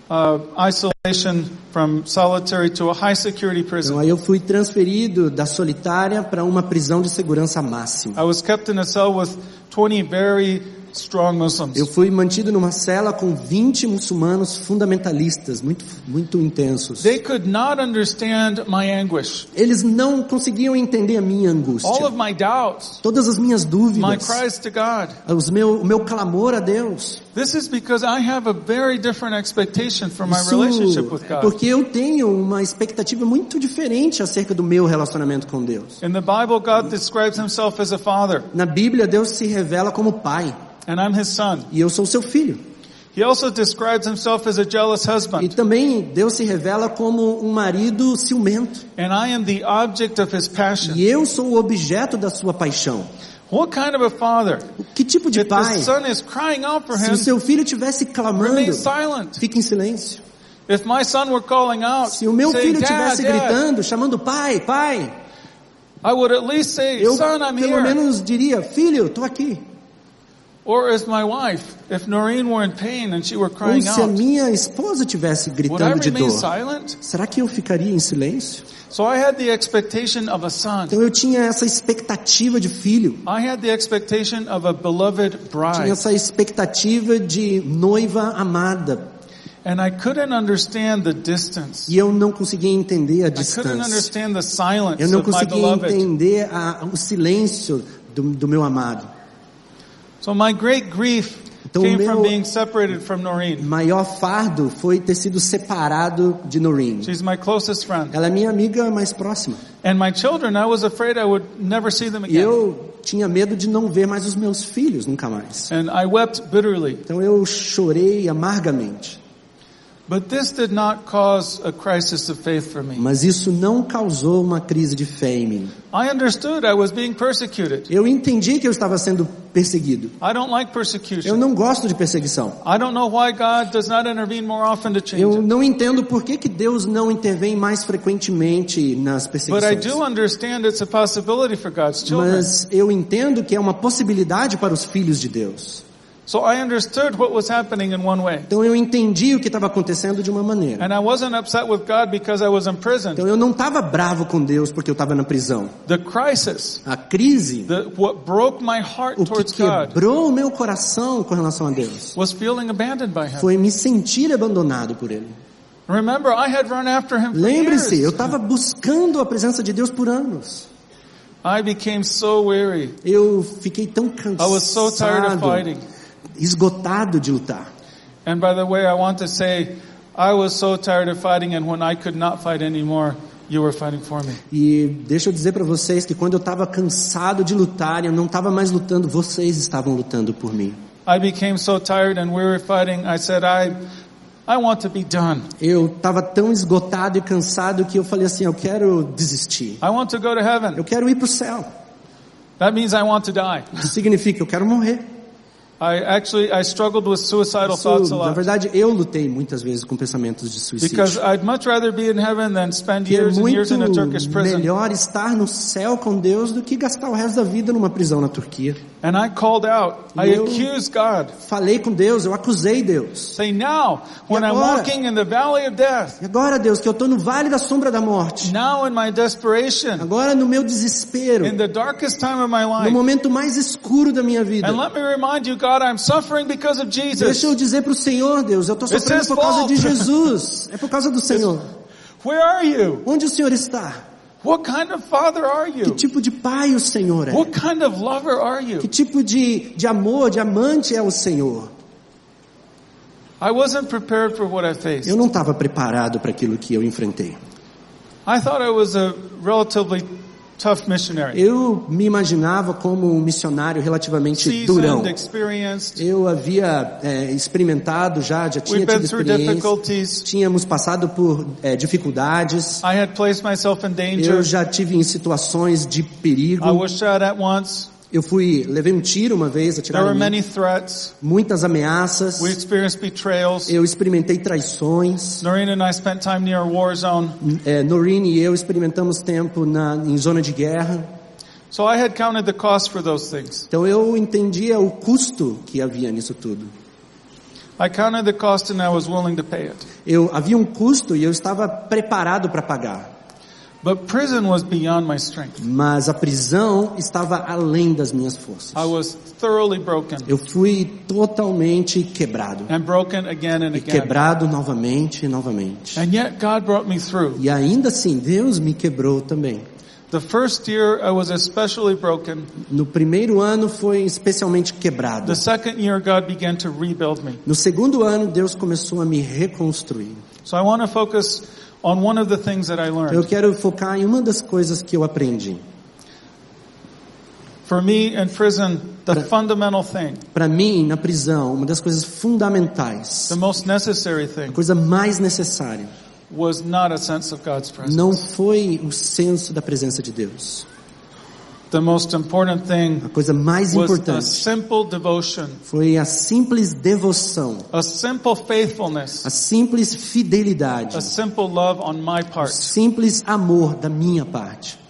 [SPEAKER 2] uh, isolation, from solitary to a high security
[SPEAKER 1] Então
[SPEAKER 2] prison.
[SPEAKER 1] aí eu fui transferido da solitária para uma prisão de segurança máxima.
[SPEAKER 2] I was kept in a cell with 20 very strong
[SPEAKER 1] Eu
[SPEAKER 2] Muslims.
[SPEAKER 1] fui mantido numa cela com 20 muçulmanos fundamentalistas, muito, muito intensos.
[SPEAKER 2] They could not understand my anguish.
[SPEAKER 1] Eles não conseguiam entender a minha
[SPEAKER 2] All of
[SPEAKER 1] angústia.
[SPEAKER 2] my doubts,
[SPEAKER 1] Todas as minhas
[SPEAKER 2] my
[SPEAKER 1] dúvidas,
[SPEAKER 2] cries to God.
[SPEAKER 1] os meu, o meu clamor a Deus.
[SPEAKER 2] This is because I have a very different expectation for my
[SPEAKER 1] Isso
[SPEAKER 2] relationship with
[SPEAKER 1] é
[SPEAKER 2] God.
[SPEAKER 1] porque eu tenho uma expectativa muito diferente acerca do meu relacionamento com Deus.
[SPEAKER 2] In the Bible, God describes himself as a father,
[SPEAKER 1] Na Bíblia, Deus se revela como Pai,
[SPEAKER 2] and I'm his son.
[SPEAKER 1] e eu sou seu filho.
[SPEAKER 2] He also describes himself as a jealous
[SPEAKER 1] E
[SPEAKER 2] husband,
[SPEAKER 1] também Deus se revela como um marido ciumento,
[SPEAKER 2] and I am the object of his passion.
[SPEAKER 1] e eu sou o objeto da sua paixão.
[SPEAKER 2] What kind of a father?
[SPEAKER 1] Que tipo de
[SPEAKER 2] If the
[SPEAKER 1] pai
[SPEAKER 2] son is crying out for
[SPEAKER 1] Se o
[SPEAKER 2] him,
[SPEAKER 1] seu filho estivesse
[SPEAKER 2] remain
[SPEAKER 1] clamando,
[SPEAKER 2] silent.
[SPEAKER 1] fique em silêncio.
[SPEAKER 2] If my son were calling out,
[SPEAKER 1] Se o meu
[SPEAKER 2] saying,
[SPEAKER 1] filho
[SPEAKER 2] Dad,
[SPEAKER 1] estivesse
[SPEAKER 2] Dad,
[SPEAKER 1] gritando, chamando pai, pai,
[SPEAKER 2] I would at least say,
[SPEAKER 1] eu
[SPEAKER 2] son, I'm
[SPEAKER 1] pelo
[SPEAKER 2] here.
[SPEAKER 1] menos diria, filho, estou aqui.
[SPEAKER 2] Or as my wife, if Noreen were in pain and she were
[SPEAKER 1] Ou
[SPEAKER 2] crying
[SPEAKER 1] se a
[SPEAKER 2] out,
[SPEAKER 1] minha esposa estivesse
[SPEAKER 2] would I
[SPEAKER 1] gritando de
[SPEAKER 2] remain
[SPEAKER 1] dor,
[SPEAKER 2] silent?
[SPEAKER 1] será que eu ficaria em silêncio?
[SPEAKER 2] So I had the expectation of a son.
[SPEAKER 1] Então eu tinha essa expectativa de filho,
[SPEAKER 2] I had the expectation of a beloved
[SPEAKER 1] tinha
[SPEAKER 2] bride,
[SPEAKER 1] essa expectativa de noiva amada,
[SPEAKER 2] and I couldn't understand the distance.
[SPEAKER 1] e eu não conseguia entender a
[SPEAKER 2] I couldn't
[SPEAKER 1] distância.
[SPEAKER 2] understand the
[SPEAKER 1] Eu
[SPEAKER 2] silence
[SPEAKER 1] não
[SPEAKER 2] of my
[SPEAKER 1] conseguia
[SPEAKER 2] beloved.
[SPEAKER 1] entender a- o silêncio do, do meu amado.
[SPEAKER 2] So my great grief
[SPEAKER 1] Então,
[SPEAKER 2] came from
[SPEAKER 1] meu-
[SPEAKER 2] being separated from Noreen.
[SPEAKER 1] maior fardo foi ter sido separado de Noreen.
[SPEAKER 2] She's my closest friend.
[SPEAKER 1] Ela é minha amiga mais próxima.
[SPEAKER 2] And my children, I was afraid I would never see them
[SPEAKER 1] E
[SPEAKER 2] again.
[SPEAKER 1] eu tinha medo de não ver mais os meus filhos nunca mais.
[SPEAKER 2] And I wept bitterly.
[SPEAKER 1] Então eu chorei amargamente.
[SPEAKER 2] But this did not cause a crisis of faith for me.
[SPEAKER 1] Mas isso não causou uma crise de fé em mim.
[SPEAKER 2] I understood I was being persecuted.
[SPEAKER 1] Eu entendi que eu estava sendo perseguido.
[SPEAKER 2] I don't like
[SPEAKER 1] Eu
[SPEAKER 2] persecution.
[SPEAKER 1] não gosto de perseguição.
[SPEAKER 2] I don't know why God does not intervene more often to change
[SPEAKER 1] Eu
[SPEAKER 2] it.
[SPEAKER 1] não entendo por que, que Deus não intervém mais frequentemente nas
[SPEAKER 2] But I
[SPEAKER 1] perseguições.
[SPEAKER 2] do understand it's a possibility for God's children.
[SPEAKER 1] Mas eu entendo que é uma possibilidade para os filhos de Deus.
[SPEAKER 2] So I understood what was happening in one way.
[SPEAKER 1] Então eu entendi o que estava acontecendo de uma maneira.
[SPEAKER 2] And I wasn't upset with God because I was in prison.
[SPEAKER 1] Então eu não estava bravo com Deus porque eu estava na prisão.
[SPEAKER 2] The crisis,
[SPEAKER 1] A crise,
[SPEAKER 2] the, what broke my heart
[SPEAKER 1] o que
[SPEAKER 2] towards God,
[SPEAKER 1] quebrou o meu coração com relação a Deus,
[SPEAKER 2] was feeling abandoned by Him.
[SPEAKER 1] foi me sentir abandonado por Ele.
[SPEAKER 2] Remember, I had run after Him for
[SPEAKER 1] Lembre-se, eu
[SPEAKER 2] years.
[SPEAKER 1] estava buscando a presença de Deus por anos.
[SPEAKER 2] I became so weary.
[SPEAKER 1] Eu fiquei tão
[SPEAKER 2] I was so tired of
[SPEAKER 1] cansado,
[SPEAKER 2] fighting.
[SPEAKER 1] esgotado de lutar.
[SPEAKER 2] And by the way, I want to say, I was so tired of fighting, and when I could not fight anymore, you were fighting for me.
[SPEAKER 1] E deixa eu dizer para vocês que quando eu estava cansado de lutar, eu não estava mais lutando, vocês estavam lutando por mim.
[SPEAKER 2] I became so tired and weary fighting, I said, I, I want to be done.
[SPEAKER 1] Eu estava tão esgotado e cansado que eu falei assim, eu quero desistir.
[SPEAKER 2] I want to go to
[SPEAKER 1] Eu
[SPEAKER 2] heaven.
[SPEAKER 1] quero ir para o céu.
[SPEAKER 2] That means I want to die.
[SPEAKER 1] Isso significa eu quero morrer.
[SPEAKER 2] I actually, I struggled with suicidal thoughts
[SPEAKER 1] Isso,
[SPEAKER 2] a
[SPEAKER 1] na
[SPEAKER 2] lot.
[SPEAKER 1] verdade, eu lutei muitas vezes com pensamentos de
[SPEAKER 2] Because
[SPEAKER 1] suicídio.
[SPEAKER 2] I'd much rather be in heaven than spend
[SPEAKER 1] Que é
[SPEAKER 2] years and
[SPEAKER 1] muito
[SPEAKER 2] years in a Turkish prison.
[SPEAKER 1] melhor estar no céu com Deus do que gastar o resto da vida numa prisão na Turquia.
[SPEAKER 2] And I called out. I
[SPEAKER 1] Eu-
[SPEAKER 2] accused God.
[SPEAKER 1] Falei com Deus, eu acusei Deus.
[SPEAKER 2] Say now, when I'm
[SPEAKER 1] agora?
[SPEAKER 2] walking in the valley of death,
[SPEAKER 1] E agora, Deus, que eu estou no vale da sombra da morte,
[SPEAKER 2] now in my desperation,
[SPEAKER 1] agora no meu desespero,
[SPEAKER 2] in the darkest time of my
[SPEAKER 1] no
[SPEAKER 2] life.
[SPEAKER 1] momento mais escuro da minha vida.
[SPEAKER 2] And let me remind you, God, I'm suffering because of É Jesus.
[SPEAKER 1] Deixa eu dizer para o Senhor, Deus, eu estou
[SPEAKER 2] It's
[SPEAKER 1] sofrendo
[SPEAKER 2] His
[SPEAKER 1] por causa
[SPEAKER 2] fault.
[SPEAKER 1] de Jesus. É por causa do Senhor.
[SPEAKER 2] Where are you?
[SPEAKER 1] Onde o Senhor está?
[SPEAKER 2] What kind of father are
[SPEAKER 1] Que
[SPEAKER 2] you?
[SPEAKER 1] tipo de pai o Senhor é?
[SPEAKER 2] What kind of lover are
[SPEAKER 1] Que
[SPEAKER 2] you?
[SPEAKER 1] tipo de, de amor, de amante é o Senhor?
[SPEAKER 2] I wasn't prepared for what I faced.
[SPEAKER 1] Eu não estava preparado para aquilo que eu enfrentei.
[SPEAKER 2] I thought I was a relatively tough missionary.
[SPEAKER 1] Eu me imaginava como um missionário relativamente durão.
[SPEAKER 2] Seasoned, experienced.
[SPEAKER 1] Eu havia é, experimentado já, já tinha
[SPEAKER 2] We've
[SPEAKER 1] tido
[SPEAKER 2] been through
[SPEAKER 1] experiência.
[SPEAKER 2] difficulties.
[SPEAKER 1] Tínhamos passado por é, dificuldades.
[SPEAKER 2] I had placed myself in danger.
[SPEAKER 1] Eu já tive em situações de perigo.
[SPEAKER 2] I was shot at once.
[SPEAKER 1] Eu fui, levei um tiro uma vez,
[SPEAKER 2] There were
[SPEAKER 1] atiraram em mim.
[SPEAKER 2] many threats.
[SPEAKER 1] muitas ameaças.
[SPEAKER 2] We experienced betrayals.
[SPEAKER 1] Eu experimentei traições.
[SPEAKER 2] Noreen and I spent time near a war zone.
[SPEAKER 1] É, Noreen e eu experimentamos tempo na, em zona de guerra.
[SPEAKER 2] So I had counted the cost for those things.
[SPEAKER 1] Então eu entendia o custo que havia nisso tudo.
[SPEAKER 2] I counted the cost and I was willing to pay it.
[SPEAKER 1] Eu havia um custo e eu estava preparado para pagar,
[SPEAKER 2] But prison was beyond my strength.
[SPEAKER 1] mas a prisão estava além das minhas forças.
[SPEAKER 2] I was thoroughly broken
[SPEAKER 1] Eu fui totalmente quebrado,
[SPEAKER 2] and broken again and
[SPEAKER 1] e
[SPEAKER 2] again.
[SPEAKER 1] quebrado novamente e novamente.
[SPEAKER 2] And yet God brought me through.
[SPEAKER 1] E ainda assim, Deus me quebrou também.
[SPEAKER 2] The first year I was especially broken.
[SPEAKER 1] No primeiro ano foi especialmente quebrado.
[SPEAKER 2] The second year God began to rebuild me.
[SPEAKER 1] No segundo ano, Deus começou a me reconstruir.
[SPEAKER 2] So I want to focus on one of the things that I
[SPEAKER 1] Então, Eu
[SPEAKER 2] learned.
[SPEAKER 1] quero focar em uma das coisas que eu aprendi.
[SPEAKER 2] For me in prison, the fundamental thing,
[SPEAKER 1] Para mim, na prisão, uma das coisas fundamentais,
[SPEAKER 2] the most necessary
[SPEAKER 1] a
[SPEAKER 2] thing
[SPEAKER 1] coisa mais necessária,
[SPEAKER 2] was not a sense of God's presence.
[SPEAKER 1] não foi o senso da presença de Deus.
[SPEAKER 2] The most important
[SPEAKER 1] A
[SPEAKER 2] thing
[SPEAKER 1] coisa mais
[SPEAKER 2] was a
[SPEAKER 1] importante
[SPEAKER 2] simple devotion,
[SPEAKER 1] foi a simples devoção,
[SPEAKER 2] a simple faithfulness,
[SPEAKER 1] a simples fidelidade,
[SPEAKER 2] a simple love on my
[SPEAKER 1] o
[SPEAKER 2] part.
[SPEAKER 1] simples amor da minha parte.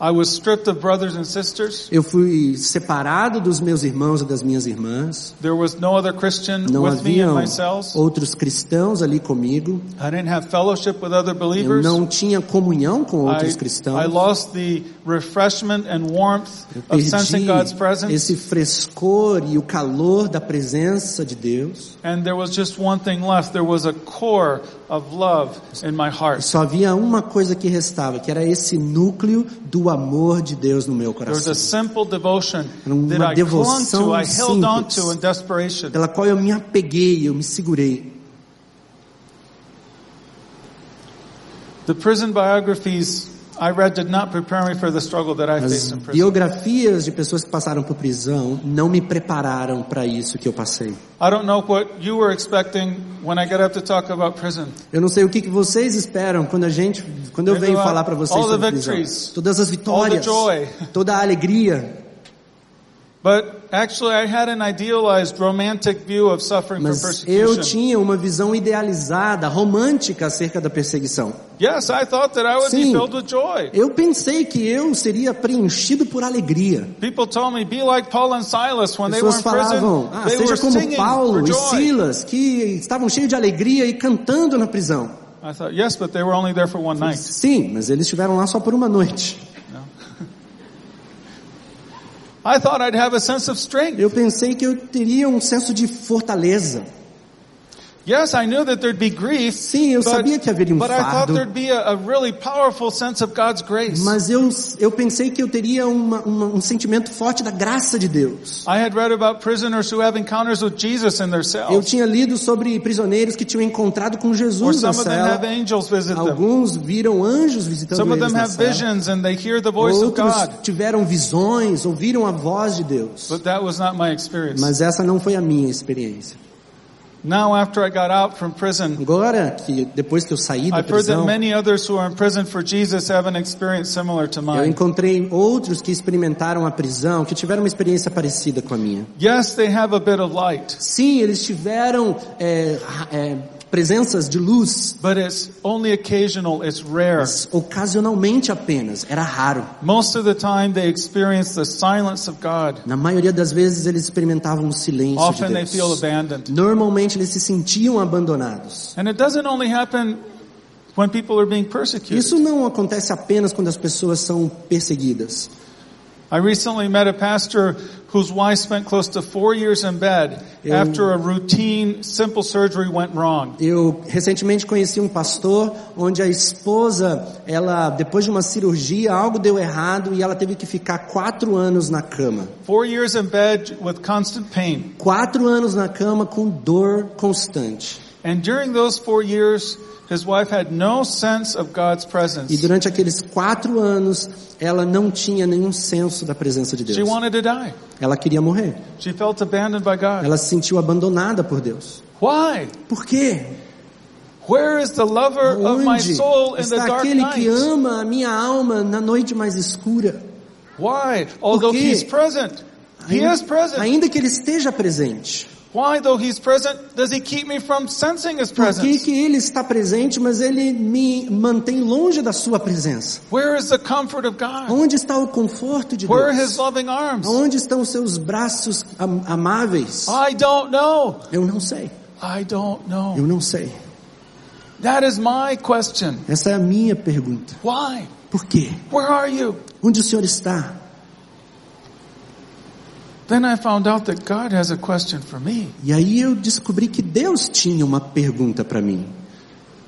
[SPEAKER 2] I was stripped of brothers and sisters.
[SPEAKER 1] Eu fui separado dos meus irmãos e das minhas irmãs.
[SPEAKER 2] There was no other Christian
[SPEAKER 1] Não
[SPEAKER 2] with me
[SPEAKER 1] haviam
[SPEAKER 2] and myself.
[SPEAKER 1] outros cristãos ali comigo.
[SPEAKER 2] I didn't have fellowship with other
[SPEAKER 1] Eu
[SPEAKER 2] believers.
[SPEAKER 1] não tinha comunhão com
[SPEAKER 2] I,
[SPEAKER 1] outros
[SPEAKER 2] I
[SPEAKER 1] cristãos.
[SPEAKER 2] lost the refreshment and warmth
[SPEAKER 1] Eu
[SPEAKER 2] of
[SPEAKER 1] perdi
[SPEAKER 2] sensing God's presence.
[SPEAKER 1] esse frescor e o calor da presença de Deus.
[SPEAKER 2] And there was just one thing left. There was a core of love in my heart.
[SPEAKER 1] Só havia uma coisa que restava, que era esse núcleo do amor de Deus no meu
[SPEAKER 2] There was
[SPEAKER 1] coração,
[SPEAKER 2] a simple devotion
[SPEAKER 1] Era uma
[SPEAKER 2] that I clung to,
[SPEAKER 1] devoção
[SPEAKER 2] I held on
[SPEAKER 1] simples.
[SPEAKER 2] to in desperation.
[SPEAKER 1] pela qual eu me apeguei, eu me segurei.
[SPEAKER 2] The prison biographies I read did not prepare me for the struggle that I
[SPEAKER 1] As
[SPEAKER 2] faced in prison.
[SPEAKER 1] biografias de pessoas que passaram por prisão não me prepararam para isso que eu passei.
[SPEAKER 2] I don't know what you were expecting when I get up to talk about prison.
[SPEAKER 1] Eu não sei o que, que vocês esperam quando a gente, quando eu
[SPEAKER 2] They
[SPEAKER 1] venho
[SPEAKER 2] go,
[SPEAKER 1] falar para vocês
[SPEAKER 2] all the
[SPEAKER 1] sobre prisão.
[SPEAKER 2] victories,
[SPEAKER 1] Todas as vitórias,
[SPEAKER 2] all the joy.
[SPEAKER 1] toda a alegria.
[SPEAKER 2] But actually, I had an idealized, romantic view of suffering for
[SPEAKER 1] Mas eu
[SPEAKER 2] persecution.
[SPEAKER 1] tinha uma visão idealizada, romântica acerca da perseguição.
[SPEAKER 2] Yes, I thought that I would
[SPEAKER 1] Sim.
[SPEAKER 2] be filled with joy.
[SPEAKER 1] Eu pensei que eu seria preenchido por alegria.
[SPEAKER 2] People told me, be like Paul and Silas when they were
[SPEAKER 1] Pessoas
[SPEAKER 2] in prison.
[SPEAKER 1] falavam, ah,
[SPEAKER 2] they were
[SPEAKER 1] seja como
[SPEAKER 2] singing
[SPEAKER 1] Paulo
[SPEAKER 2] for
[SPEAKER 1] e
[SPEAKER 2] joy.
[SPEAKER 1] Silas, que estavam cheios de alegria e cantando na prisão.
[SPEAKER 2] I thought, yes, but they were only there for one night.
[SPEAKER 1] Sim, mas eles estiveram lá só por uma noite.
[SPEAKER 2] I thought I'd have a sense of strength.
[SPEAKER 1] Eu pensei que eu teria um senso de fortaleza.
[SPEAKER 2] Yes, I knew that there'd be grief.
[SPEAKER 1] Sim, eu
[SPEAKER 2] but,
[SPEAKER 1] sabia que haveria um
[SPEAKER 2] but I thought
[SPEAKER 1] fardo.
[SPEAKER 2] there'd be a, a really powerful sense of God's grace.
[SPEAKER 1] Mas eu, eu pensei que eu teria uma- uma- um sentimento forte da graça de Deus.
[SPEAKER 2] I had read about prisoners who have encounters with Jesus in their
[SPEAKER 1] Eu
[SPEAKER 2] cells.
[SPEAKER 1] tinha lido sobre prisioneiros que tinham encontrado com
[SPEAKER 2] Or
[SPEAKER 1] Jesus na
[SPEAKER 2] some of them have
[SPEAKER 1] cela.
[SPEAKER 2] angels visit them.
[SPEAKER 1] Alguns viram anjos visitando
[SPEAKER 2] Some of
[SPEAKER 1] eles
[SPEAKER 2] them
[SPEAKER 1] na
[SPEAKER 2] have
[SPEAKER 1] cela.
[SPEAKER 2] visions and they hear the voice of God.
[SPEAKER 1] Outros tiveram visões, ouviram a voz de Deus.
[SPEAKER 2] But that was not my experience.
[SPEAKER 1] Mas essa não foi a minha experiência.
[SPEAKER 2] Now after I got out from prison,
[SPEAKER 1] Agora que depois que eu saí da
[SPEAKER 2] I've heard that
[SPEAKER 1] prisão,
[SPEAKER 2] many others who are in prison for Jesus have an experience similar to
[SPEAKER 1] eu
[SPEAKER 2] mine.
[SPEAKER 1] encontrei outros que experimentaram a prisão, que tiveram uma experiência parecida com a minha.
[SPEAKER 2] Yes, they have a bit of light,
[SPEAKER 1] Sim, eles tiveram é, ra- é, presenças de luz
[SPEAKER 2] but it's only occasional, it's rare.
[SPEAKER 1] ocasionalmente apenas, era raro.
[SPEAKER 2] Most of the time they experience the silence of God.
[SPEAKER 1] Na maioria das vezes eles experimentavam o silêncio de
[SPEAKER 2] Often they feel
[SPEAKER 1] Deus.
[SPEAKER 2] abandoned.
[SPEAKER 1] Normalmente eles se sentiam abandonados.
[SPEAKER 2] And it doesn't only happen when people are being persecuted.
[SPEAKER 1] Isso não acontece apenas quando as pessoas são perseguidas.
[SPEAKER 2] I recently met a pastor whose wife spent close to four years in bed
[SPEAKER 1] Eu-
[SPEAKER 2] after a routine simple surgery went wrong.
[SPEAKER 1] Eu recentemente conheci um pastor onde a esposa, ela depois de uma cirurgia, algo deu errado e ela teve que ficar quatro anos na cama.
[SPEAKER 2] Four years in bed with constant pain.
[SPEAKER 1] Quatro anos na cama com dor constante.
[SPEAKER 2] And during those four years, his wife had no sense of God's
[SPEAKER 1] E
[SPEAKER 2] presence.
[SPEAKER 1] durante aqueles quatro anos, ela não tinha nenhum senso da presença de
[SPEAKER 2] She
[SPEAKER 1] Deus.
[SPEAKER 2] wanted to die.
[SPEAKER 1] Ela queria morrer.
[SPEAKER 2] She felt abandoned by God.
[SPEAKER 1] Ela se sentiu abandonada por Deus.
[SPEAKER 2] Why?
[SPEAKER 1] Por quê?
[SPEAKER 2] Where is the lover of my
[SPEAKER 1] Onde
[SPEAKER 2] soul in the
[SPEAKER 1] está
[SPEAKER 2] dark
[SPEAKER 1] aquele que
[SPEAKER 2] night?
[SPEAKER 1] ama a minha alma na noite mais escura?
[SPEAKER 2] Why? Although
[SPEAKER 1] quê?
[SPEAKER 2] he's present. He
[SPEAKER 1] Ainda-
[SPEAKER 2] is present.
[SPEAKER 1] Ainda que ele esteja presente.
[SPEAKER 2] Why, though he's present, does he keep me from sensing his
[SPEAKER 1] Por que,
[SPEAKER 2] presence?
[SPEAKER 1] que ele está presente, mas ele me mantém longe da sua presença?
[SPEAKER 2] Where is the comfort of God?
[SPEAKER 1] Onde está o conforto de
[SPEAKER 2] Where are
[SPEAKER 1] Deus?
[SPEAKER 2] his loving arms?
[SPEAKER 1] Onde estão os seus braços am- amáveis?
[SPEAKER 2] I don't know.
[SPEAKER 1] Eu não sei.
[SPEAKER 2] I don't know.
[SPEAKER 1] Eu não sei.
[SPEAKER 2] That is my question.
[SPEAKER 1] Essa é a minha pergunta.
[SPEAKER 2] Why?
[SPEAKER 1] Por quê?
[SPEAKER 2] Where are you?
[SPEAKER 1] Onde o Senhor está?
[SPEAKER 2] Then I found out that God has a question for me.
[SPEAKER 1] E aí eu descobri que Deus tinha uma pergunta para mim.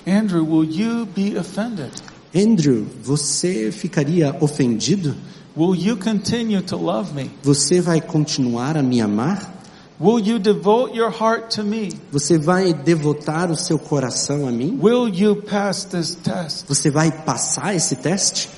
[SPEAKER 2] Andrew, will you be offended?
[SPEAKER 1] Andrew, você ficaria ofendido?
[SPEAKER 2] Will you continue to love me?
[SPEAKER 1] Você vai continuar a me amar?
[SPEAKER 2] Will you devote your heart to me?
[SPEAKER 1] Você vai devotar o seu coração a mim?
[SPEAKER 2] Will you pass this test?
[SPEAKER 1] Você vai passar esse teste?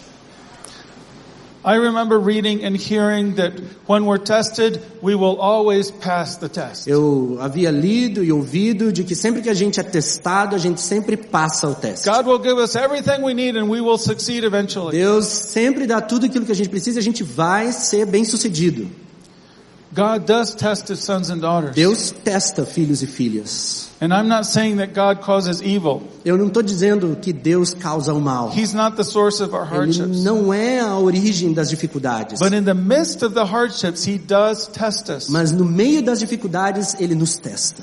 [SPEAKER 2] I remember reading and hearing that when we're tested, we will always pass the test.
[SPEAKER 1] Eu havia lido e ouvido de que sempre que a gente é testado, a gente sempre passa o teste.
[SPEAKER 2] God will give us everything we need and we will succeed eventually.
[SPEAKER 1] Deus sempre dá tudo aquilo que a gente precisa e a gente vai ser bem sucedido.
[SPEAKER 2] God does test his sons and daughters.
[SPEAKER 1] Deus testa filhos e filhas.
[SPEAKER 2] And I'm not saying that God causes evil.
[SPEAKER 1] Eu não estou dizendo que Deus causa o mal.
[SPEAKER 2] He's not the source of our
[SPEAKER 1] Ele
[SPEAKER 2] hardships.
[SPEAKER 1] não é a origem das dificuldades.
[SPEAKER 2] But in the midst of the hardships, he does test us.
[SPEAKER 1] Mas no meio das dificuldades, ele nos testa.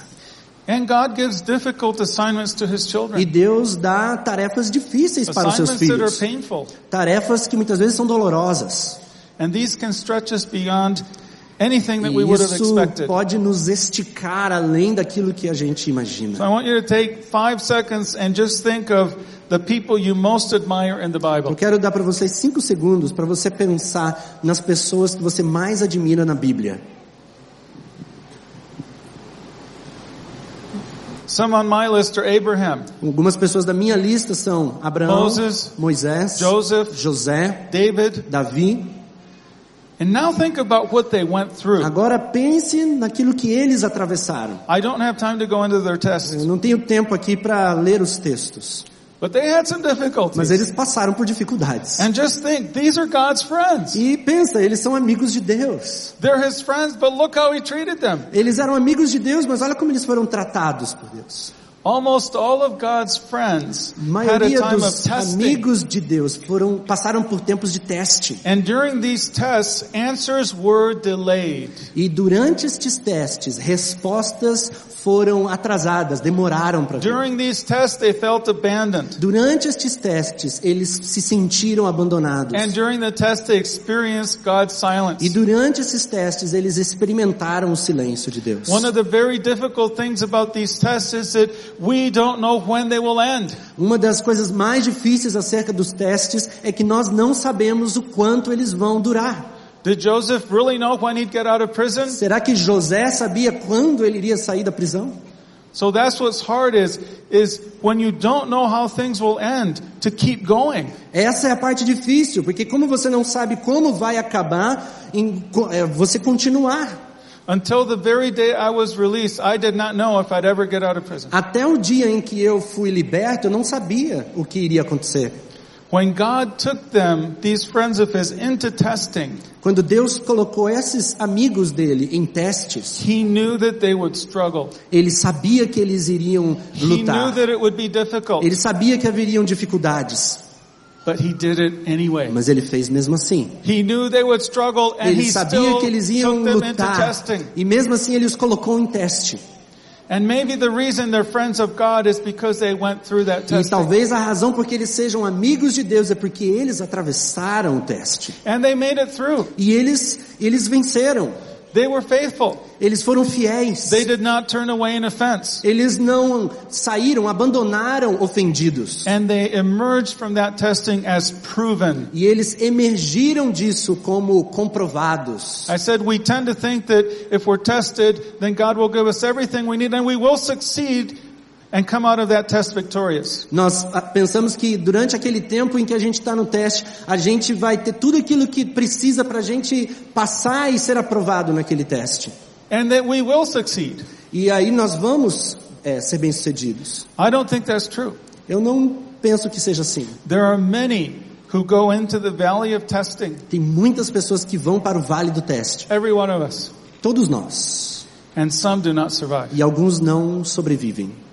[SPEAKER 2] And God gives difficult assignments to his
[SPEAKER 1] E
[SPEAKER 2] children.
[SPEAKER 1] Deus dá tarefas difíceis para os seus
[SPEAKER 2] Assignments that
[SPEAKER 1] filhos.
[SPEAKER 2] are painful.
[SPEAKER 1] Tarefas que muitas vezes são dolorosas.
[SPEAKER 2] And these can stretch us beyond anything that we
[SPEAKER 1] E
[SPEAKER 2] would have
[SPEAKER 1] isso
[SPEAKER 2] expected.
[SPEAKER 1] pode nos esticar além daquilo que a gente
[SPEAKER 2] So
[SPEAKER 1] imagina.
[SPEAKER 2] I want you to take five seconds and just think of the people you most admire in the
[SPEAKER 1] Eu
[SPEAKER 2] Bible.
[SPEAKER 1] quero dar para vocês cinco segundos para você pensar nas pessoas que você mais admira na Bíblia.
[SPEAKER 2] Some on my list are Abraham,
[SPEAKER 1] Algumas pessoas da minha lista são Abraão,
[SPEAKER 2] Moses,
[SPEAKER 1] Moisés,
[SPEAKER 2] Joseph,
[SPEAKER 1] José,
[SPEAKER 2] David.
[SPEAKER 1] Davi.
[SPEAKER 2] And now think about what they went through.
[SPEAKER 1] Agora pense naquilo que eles atravessaram.
[SPEAKER 2] I don't have time to go into their
[SPEAKER 1] Eu
[SPEAKER 2] tests,
[SPEAKER 1] não tenho tempo aqui para ler os textos,
[SPEAKER 2] But they had some difficulties.
[SPEAKER 1] Mas eles passaram por dificuldades.
[SPEAKER 2] And just think, these are God's friends.
[SPEAKER 1] E pensa, eles são amigos de Deus.
[SPEAKER 2] They're his friends, but look how he treated them.
[SPEAKER 1] Eles eram amigos de Deus, mas olha como eles foram tratados por Deus.
[SPEAKER 2] Almost all of God's friends
[SPEAKER 1] A
[SPEAKER 2] had a
[SPEAKER 1] maioria
[SPEAKER 2] time of
[SPEAKER 1] dos
[SPEAKER 2] testing.
[SPEAKER 1] amigos de Deus foram passaram por tempos de teste.
[SPEAKER 2] And during these tests, answers were delayed.
[SPEAKER 1] E durante estes testes, respostas foram atrasadas, demoraram para vir.
[SPEAKER 2] During these tests, they felt abandoned.
[SPEAKER 1] Durante estes testes, eles se sentiram abandonados.
[SPEAKER 2] And during the test, they experienced God's silence.
[SPEAKER 1] E durante esses testes, eles experimentaram o silêncio de Deus.
[SPEAKER 2] One of the very difficult things about these tests is that we don't know when they will end.
[SPEAKER 1] Uma das coisas mais difíceis acerca dos testes é que nós não sabemos o quanto eles vão durar.
[SPEAKER 2] Did Joseph really know when he'd get out of prison?
[SPEAKER 1] Será que José sabia quando ele iria sair da prisão?
[SPEAKER 2] So that's what's hard is, is when you don't know how things will end, to keep going.
[SPEAKER 1] Essa é a parte difícil, porque como você não sabe como vai acabar, em co- é, você continuar.
[SPEAKER 2] Until the very day I was released, I did not know if I'd ever get out of prison.
[SPEAKER 1] Até o dia em que eu fui liberto, eu não sabia o que iria acontecer.
[SPEAKER 2] When God took them, these friends of His, into testing,
[SPEAKER 1] Quando Deus colocou esses amigos dele em testes,
[SPEAKER 2] He knew that they would struggle.
[SPEAKER 1] ele sabia que eles iriam
[SPEAKER 2] He knew
[SPEAKER 1] lutar.
[SPEAKER 2] that it would be difficult,
[SPEAKER 1] Ele sabia que haveriam dificuldades,
[SPEAKER 2] but He did it anyway.
[SPEAKER 1] mas ele fez mesmo assim.
[SPEAKER 2] He knew they would struggle and
[SPEAKER 1] Ele
[SPEAKER 2] he
[SPEAKER 1] sabia
[SPEAKER 2] still
[SPEAKER 1] que eles iam
[SPEAKER 2] took them into
[SPEAKER 1] lutar.
[SPEAKER 2] testing.
[SPEAKER 1] E mesmo assim ele os colocou em teste.
[SPEAKER 2] And maybe the reason they're friends of God is because they went through that
[SPEAKER 1] E
[SPEAKER 2] testing.
[SPEAKER 1] talvez a razão por que eles sejam amigos de Deus é porque eles atravessaram o teste.
[SPEAKER 2] And they made it through.
[SPEAKER 1] E eles, eles venceram.
[SPEAKER 2] They were faithful.
[SPEAKER 1] Eles foram fiéis.
[SPEAKER 2] They did not turn away in offense.
[SPEAKER 1] Eles não saíram, abandonaram ofendidos.
[SPEAKER 2] And they emerged from that testing as proven.
[SPEAKER 1] E eles emergiram disso como comprovados.
[SPEAKER 2] I said we tend to think that if we're tested, then God will give us everything we need and we will succeed and come out of that test victorious.
[SPEAKER 1] Nós ah, pensamos que durante aquele tempo em que a gente está no teste, a gente vai ter tudo aquilo que precisa para a gente passar e ser aprovado naquele teste.
[SPEAKER 2] And that we will succeed.
[SPEAKER 1] E aí nós vamos é, ser bem-sucedidos.
[SPEAKER 2] I don't think that's true.
[SPEAKER 1] Eu não penso que seja assim.
[SPEAKER 2] There are many who go into the valley of testing.
[SPEAKER 1] Tem muitas pessoas que vão para o vale do teste.
[SPEAKER 2] Every one of us.
[SPEAKER 1] Todos nós.
[SPEAKER 2] And some do not survive.
[SPEAKER 1] E alguns não sobrevivem.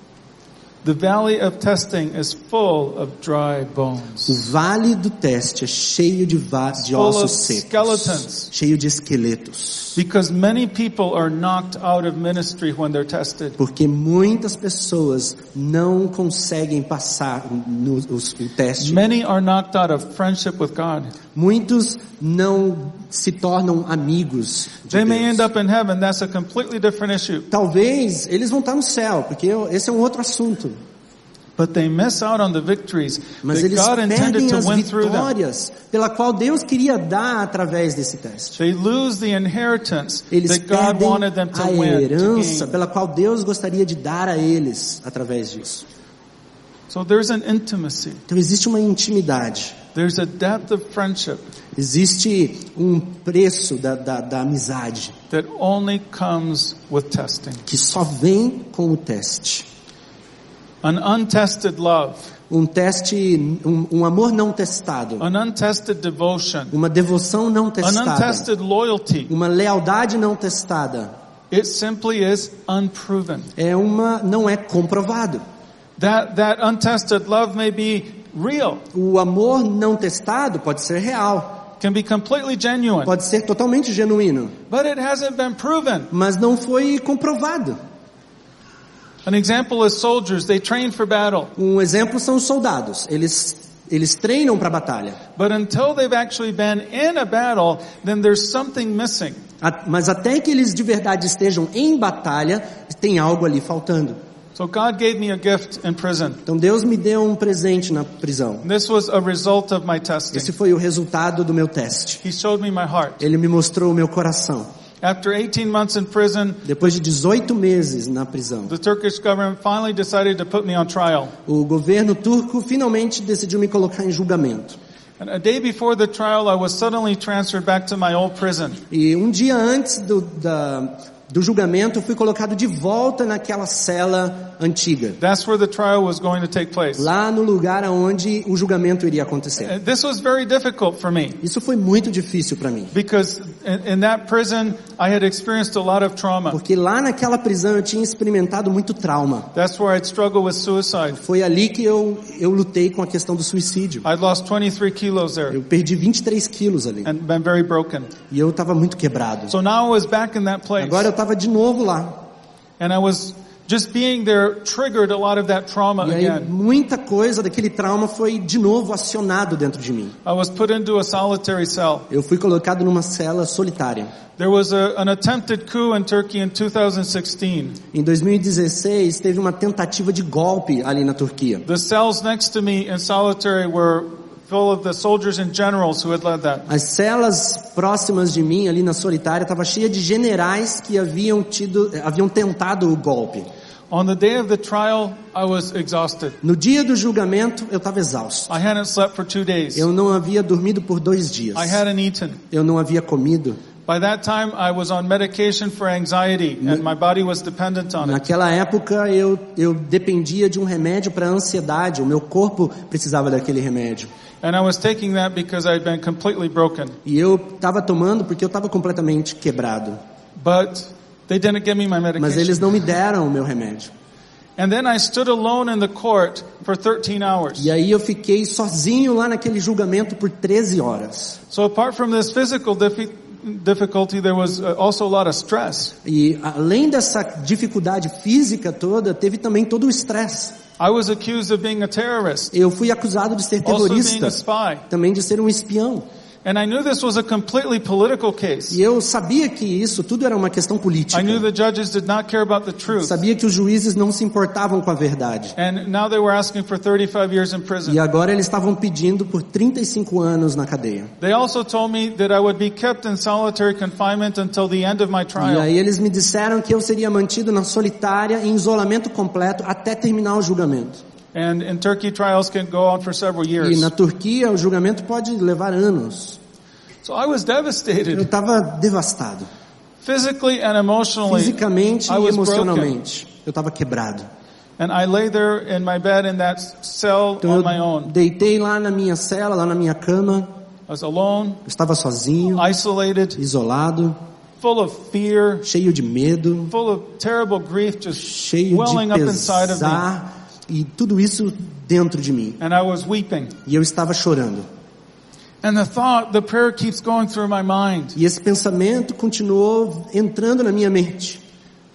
[SPEAKER 2] The valley of testing is full of dry
[SPEAKER 1] O
[SPEAKER 2] bones.
[SPEAKER 1] vale do teste é cheio de, va- de
[SPEAKER 2] Full
[SPEAKER 1] ossos
[SPEAKER 2] of
[SPEAKER 1] secos.
[SPEAKER 2] skeletons.
[SPEAKER 1] Cheio de esqueletos.
[SPEAKER 2] Because many people are knocked out of ministry when they're tested.
[SPEAKER 1] Porque muitas pessoas não conseguem passar no, os- o teste.
[SPEAKER 2] Many are knocked out of friendship with God.
[SPEAKER 1] Muitos não se tornam amigos de
[SPEAKER 2] They may
[SPEAKER 1] Deus.
[SPEAKER 2] end up in heaven. That's a completely different issue.
[SPEAKER 1] Talvez eles vão estar no céu, porque eu- esse é um outro assunto.
[SPEAKER 2] But they miss out on the victories
[SPEAKER 1] Mas
[SPEAKER 2] that
[SPEAKER 1] eles
[SPEAKER 2] God intended
[SPEAKER 1] perdem
[SPEAKER 2] to
[SPEAKER 1] as
[SPEAKER 2] win through them.
[SPEAKER 1] vitórias pela qual Deus queria dar através desse teste.
[SPEAKER 2] They lose the inheritance
[SPEAKER 1] Eles
[SPEAKER 2] that God
[SPEAKER 1] perdem
[SPEAKER 2] wanted them to
[SPEAKER 1] a
[SPEAKER 2] win.
[SPEAKER 1] herança
[SPEAKER 2] To gain.
[SPEAKER 1] pela qual Deus gostaria de dar a eles através disso.
[SPEAKER 2] So there's an intimacy.
[SPEAKER 1] Então existe uma intimidade,
[SPEAKER 2] There's a depth of friendship
[SPEAKER 1] existe um preço da, da, da amizade
[SPEAKER 2] that only comes with testing.
[SPEAKER 1] que só vem com o teste.
[SPEAKER 2] An untested love,
[SPEAKER 1] Um teste, um, um amor não testado,
[SPEAKER 2] an untested devotion,
[SPEAKER 1] uma devoção não
[SPEAKER 2] an
[SPEAKER 1] testada,
[SPEAKER 2] untested loyalty.
[SPEAKER 1] uma lealdade não testada,
[SPEAKER 2] It simply is unproven.
[SPEAKER 1] é uma, não é comprovado.
[SPEAKER 2] That that untested love may be real,
[SPEAKER 1] O amor não testado pode ser real,
[SPEAKER 2] can be completely genuine,
[SPEAKER 1] pode ser totalmente genuíno,
[SPEAKER 2] but it hasn't been proven.
[SPEAKER 1] mas não foi comprovado.
[SPEAKER 2] An example is soldiers, they train for battle,
[SPEAKER 1] Um exemplo são os soldados. Eles eles treinam para a batalha,
[SPEAKER 2] but until they've actually been in a battle, then there's something missing.
[SPEAKER 1] A- mas até que eles de verdade estejam em batalha, tem algo ali faltando.
[SPEAKER 2] So God gave me a gift in prison.
[SPEAKER 1] Então Deus me deu um presente na prisão.
[SPEAKER 2] This was a result of my
[SPEAKER 1] Esse
[SPEAKER 2] testing.
[SPEAKER 1] foi o resultado do meu teste.
[SPEAKER 2] He showed me my heart.
[SPEAKER 1] Ele me mostrou o meu coração.
[SPEAKER 2] After 18 months in prison,
[SPEAKER 1] Depois de 18 meses na prisão,
[SPEAKER 2] The Turkish government finally decided to put me on trial.
[SPEAKER 1] o governo turco finalmente decidiu me colocar em julgamento.
[SPEAKER 2] And a day before the trial, I was suddenly transferred back to my old prison.
[SPEAKER 1] E um dia antes do, da, do julgamento, eu fui colocado de volta naquela cela antiga.
[SPEAKER 2] That's where the trial was going to take place.
[SPEAKER 1] Lá no lugar onde o julgamento iria acontecer.
[SPEAKER 2] And This was very difficult for me
[SPEAKER 1] Isso foi muito difícil para mim.
[SPEAKER 2] because in, in that prison I had experienced a lot of trauma.
[SPEAKER 1] Porque lá naquela prisão eu tinha experimentado muito trauma.
[SPEAKER 2] That's where I'd struggle with suicide.
[SPEAKER 1] Foi ali que eu, eu lutei com a questão do suicídio.
[SPEAKER 2] I'd lost 23 kilos there
[SPEAKER 1] Eu perdi 23 quilos ali.
[SPEAKER 2] and been very broken.
[SPEAKER 1] E eu estava muito quebrado.
[SPEAKER 2] So now I was back in that place
[SPEAKER 1] Agora eu estava de novo lá.
[SPEAKER 2] and I was just being there triggered a lot of that trauma
[SPEAKER 1] E aí
[SPEAKER 2] again.
[SPEAKER 1] muita coisa daquele trauma foi de novo acionado dentro de mim.
[SPEAKER 2] I was put into a solitary cell.
[SPEAKER 1] Eu fui colocado numa cela solitária.
[SPEAKER 2] There was a, an attempted coup in Turkey in 2016.
[SPEAKER 1] Em 2016 teve uma tentativa de golpe ali na Turquia.
[SPEAKER 2] The cells next to me in solitary were full of the soldiers and generals who had led that.
[SPEAKER 1] As celas próximas de mim ali na solitária estava cheia de generais que haviam tido, eh, haviam tentado o golpe.
[SPEAKER 2] On the day of the trial, I was exhausted.
[SPEAKER 1] No dia do julgamento eu estava exausto.
[SPEAKER 2] I hadn't slept for two days.
[SPEAKER 1] Eu não havia dormido por dois dias.
[SPEAKER 2] I hadn't eaten.
[SPEAKER 1] Eu não havia comido.
[SPEAKER 2] By that time, I was on medication for anxiety and my body was dependent on it.
[SPEAKER 1] Naquela época eu, eu dependia de um remédio para ansiedade, o meu corpo precisava daquele remédio.
[SPEAKER 2] And I was taking that because I'd been completely broken.
[SPEAKER 1] E eu estava tomando porque eu estava completamente quebrado.
[SPEAKER 2] But they didn't give me my
[SPEAKER 1] Mas
[SPEAKER 2] medication.
[SPEAKER 1] eles não me deram o meu remédio.
[SPEAKER 2] And then I stood alone in the court for 13 hours.
[SPEAKER 1] E aí eu fiquei sozinho lá naquele julgamento por 13 horas.
[SPEAKER 2] So apart from this physical diffi- difficulty, there was uh, also a lot of stress.
[SPEAKER 1] E além dessa dificuldade física toda, teve também todo o estresse.
[SPEAKER 2] I was accused of being a terrorist,
[SPEAKER 1] Eu fui acusado de ser
[SPEAKER 2] also being
[SPEAKER 1] terrorista,
[SPEAKER 2] a spy.
[SPEAKER 1] também de ser um espião.
[SPEAKER 2] And I knew this was a completely political case.
[SPEAKER 1] E eu sabia que isso tudo era uma questão política.
[SPEAKER 2] I knew the judges did not care about the truth.
[SPEAKER 1] Sabia que os juízes não se importavam com a verdade.
[SPEAKER 2] And now they were asking for 35 years in
[SPEAKER 1] E
[SPEAKER 2] prison.
[SPEAKER 1] agora eles estavam pedindo por 35 anos na cadeia.
[SPEAKER 2] They also told me that I would be kept in solitary confinement until the end of my
[SPEAKER 1] E
[SPEAKER 2] trial.
[SPEAKER 1] aí eles me disseram que eu seria mantido na solitária em isolamento completo até terminar o julgamento.
[SPEAKER 2] And in Turkey, trials can go on for several
[SPEAKER 1] E
[SPEAKER 2] years.
[SPEAKER 1] na Turquia o julgamento pode levar anos.
[SPEAKER 2] So I was
[SPEAKER 1] Eu
[SPEAKER 2] devastated
[SPEAKER 1] estava devastado,
[SPEAKER 2] physically and emotionally.
[SPEAKER 1] fisicamente
[SPEAKER 2] I
[SPEAKER 1] e
[SPEAKER 2] was
[SPEAKER 1] emocionalmente. Eu estava quebrado.
[SPEAKER 2] And I lay there in my bed in that cell
[SPEAKER 1] Então
[SPEAKER 2] on my
[SPEAKER 1] eu
[SPEAKER 2] own.
[SPEAKER 1] deitei lá na minha cela, lá na minha cama.
[SPEAKER 2] I was alone,
[SPEAKER 1] Eu estava sozinho,
[SPEAKER 2] isolated,
[SPEAKER 1] isolado,
[SPEAKER 2] full of fear,
[SPEAKER 1] cheio de medo,
[SPEAKER 2] full of terrible grief just
[SPEAKER 1] cheio de
[SPEAKER 2] welling up inside of me.
[SPEAKER 1] pesar e tudo isso dentro de mim.
[SPEAKER 2] And I was weeping.
[SPEAKER 1] E eu estava chorando.
[SPEAKER 2] And the thought, the prayer keeps going through my mind.
[SPEAKER 1] E esse pensamento continuou entrando na minha mente.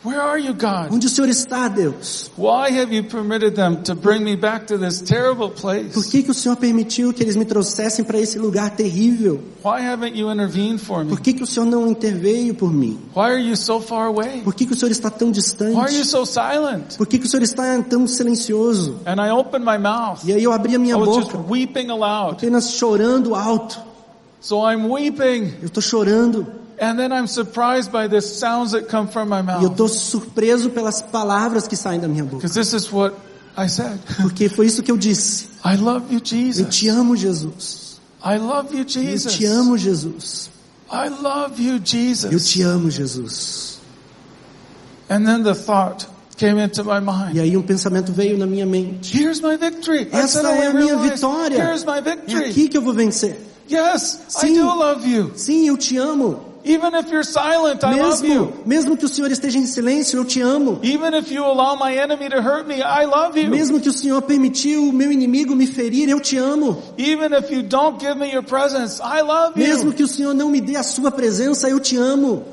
[SPEAKER 2] Where are you, God?
[SPEAKER 1] Onde o Senhor está, Deus?
[SPEAKER 2] Why have you permitted them to bring me back to this terrible
[SPEAKER 1] Por
[SPEAKER 2] place?
[SPEAKER 1] que, que o Senhor permitiu que eles me trouxessem para esse lugar terrível?
[SPEAKER 2] Why haven't you intervened for me?
[SPEAKER 1] Por que, que o Senhor não interveio por mim?
[SPEAKER 2] Why are you so far away?
[SPEAKER 1] Por que, que o Senhor está tão
[SPEAKER 2] Why are you
[SPEAKER 1] distante?
[SPEAKER 2] so silent?
[SPEAKER 1] Por que, que o Senhor está tão silencioso?
[SPEAKER 2] And I opened my mouth.
[SPEAKER 1] E aí eu abri a
[SPEAKER 2] I
[SPEAKER 1] minha
[SPEAKER 2] was just
[SPEAKER 1] boca,
[SPEAKER 2] weeping aloud.
[SPEAKER 1] apenas chorando alto.
[SPEAKER 2] So I'm weeping,
[SPEAKER 1] Eu estou chorando
[SPEAKER 2] and then I'm surprised by the sounds that come from my
[SPEAKER 1] e eu
[SPEAKER 2] mouth.
[SPEAKER 1] estou surpreso pelas palavras que saem da minha boca.
[SPEAKER 2] Because this is what I said.
[SPEAKER 1] Porque foi isso que eu disse.
[SPEAKER 2] I love you,
[SPEAKER 1] Eu
[SPEAKER 2] Jesus.
[SPEAKER 1] te amo, Jesus.
[SPEAKER 2] I love you,
[SPEAKER 1] Eu
[SPEAKER 2] Jesus.
[SPEAKER 1] te amo, Jesus.
[SPEAKER 2] I love you,
[SPEAKER 1] Eu
[SPEAKER 2] Jesus.
[SPEAKER 1] te amo, Jesus.
[SPEAKER 2] And then the thought came into my
[SPEAKER 1] E
[SPEAKER 2] mind.
[SPEAKER 1] aí um pensamento veio na minha mente.
[SPEAKER 2] Here's my victory. I
[SPEAKER 1] Essa
[SPEAKER 2] suddenly
[SPEAKER 1] é a minha
[SPEAKER 2] realized,
[SPEAKER 1] vitória.
[SPEAKER 2] Here's my
[SPEAKER 1] É
[SPEAKER 2] victory.
[SPEAKER 1] aqui que eu vou vencer.
[SPEAKER 2] Yes, I
[SPEAKER 1] Sim.
[SPEAKER 2] do love you.
[SPEAKER 1] Sim, eu te amo.
[SPEAKER 2] Even if you're silent, I love you.
[SPEAKER 1] Mesmo, mesmo que o Senhor esteja em silêncio, eu te amo.
[SPEAKER 2] Even if you allow my enemy to hurt me, I love you.
[SPEAKER 1] Mesmo que o Senhor permitiu o meu inimigo me ferir, eu te amo.
[SPEAKER 2] Even if you don't give me your presence, I love
[SPEAKER 1] Mesmo
[SPEAKER 2] you.
[SPEAKER 1] que o Senhor não me dê a sua presença, eu te amo.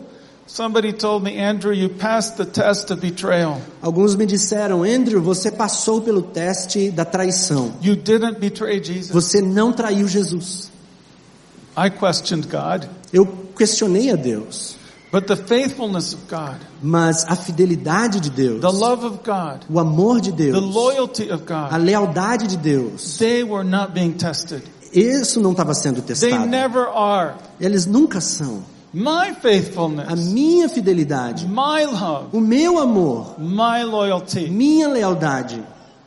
[SPEAKER 2] Somebody told me, Andrew, you passed the test of betrayal.
[SPEAKER 1] Alguns me disseram, Andrew, você passou pelo teste da traição.
[SPEAKER 2] You didn't betray Jesus.
[SPEAKER 1] Você não traiu Jesus.
[SPEAKER 2] I questioned God,
[SPEAKER 1] Eu questionei a Deus,
[SPEAKER 2] but the faithfulness of God,
[SPEAKER 1] mas a fidelidade de Deus,
[SPEAKER 2] the love of God,
[SPEAKER 1] o amor de
[SPEAKER 2] the
[SPEAKER 1] Deus,
[SPEAKER 2] loyalty of
[SPEAKER 1] a
[SPEAKER 2] God,
[SPEAKER 1] lealdade de Deus,
[SPEAKER 2] they were not being tested.
[SPEAKER 1] isso não estava sendo
[SPEAKER 2] They
[SPEAKER 1] testado.
[SPEAKER 2] never are.
[SPEAKER 1] Eles nunca são.
[SPEAKER 2] My
[SPEAKER 1] A
[SPEAKER 2] faithfulness,
[SPEAKER 1] minha fidelidade,
[SPEAKER 2] my love,
[SPEAKER 1] o meu amor,
[SPEAKER 2] my loyalty,
[SPEAKER 1] minha lealdade,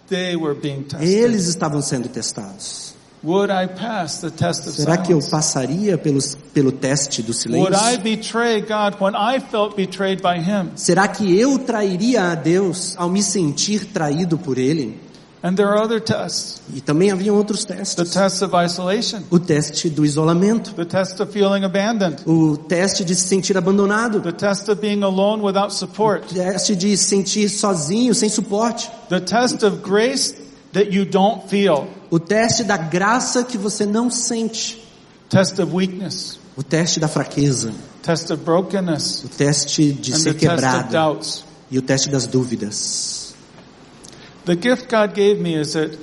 [SPEAKER 2] they were being tested.
[SPEAKER 1] eles estavam sendo testados.
[SPEAKER 2] Would I pass the test of
[SPEAKER 1] Será que eu
[SPEAKER 2] silence?
[SPEAKER 1] passaria pelo, pelo teste do
[SPEAKER 2] Would I
[SPEAKER 1] silêncio?
[SPEAKER 2] betray God when I felt betrayed by Him?
[SPEAKER 1] Será que eu trairia a Deus ao me sentir traído por Ele?
[SPEAKER 2] And there are other tests.
[SPEAKER 1] E também haviam outros
[SPEAKER 2] The
[SPEAKER 1] testes.
[SPEAKER 2] test of isolation.
[SPEAKER 1] O teste do isolamento.
[SPEAKER 2] The test of feeling abandoned.
[SPEAKER 1] O teste de se sentir abandonado.
[SPEAKER 2] The test of being alone without
[SPEAKER 1] O
[SPEAKER 2] support.
[SPEAKER 1] teste de se sentir sozinho, sem suporte.
[SPEAKER 2] The test of grace that you don't feel.
[SPEAKER 1] O teste da graça que você não sente.
[SPEAKER 2] Test of weakness.
[SPEAKER 1] O teste da fraqueza.
[SPEAKER 2] Test of brokenness.
[SPEAKER 1] O teste de
[SPEAKER 2] And
[SPEAKER 1] ser
[SPEAKER 2] the test of
[SPEAKER 1] quebrado.
[SPEAKER 2] doubts.
[SPEAKER 1] E o teste das dúvidas.
[SPEAKER 2] The gift God gave me is that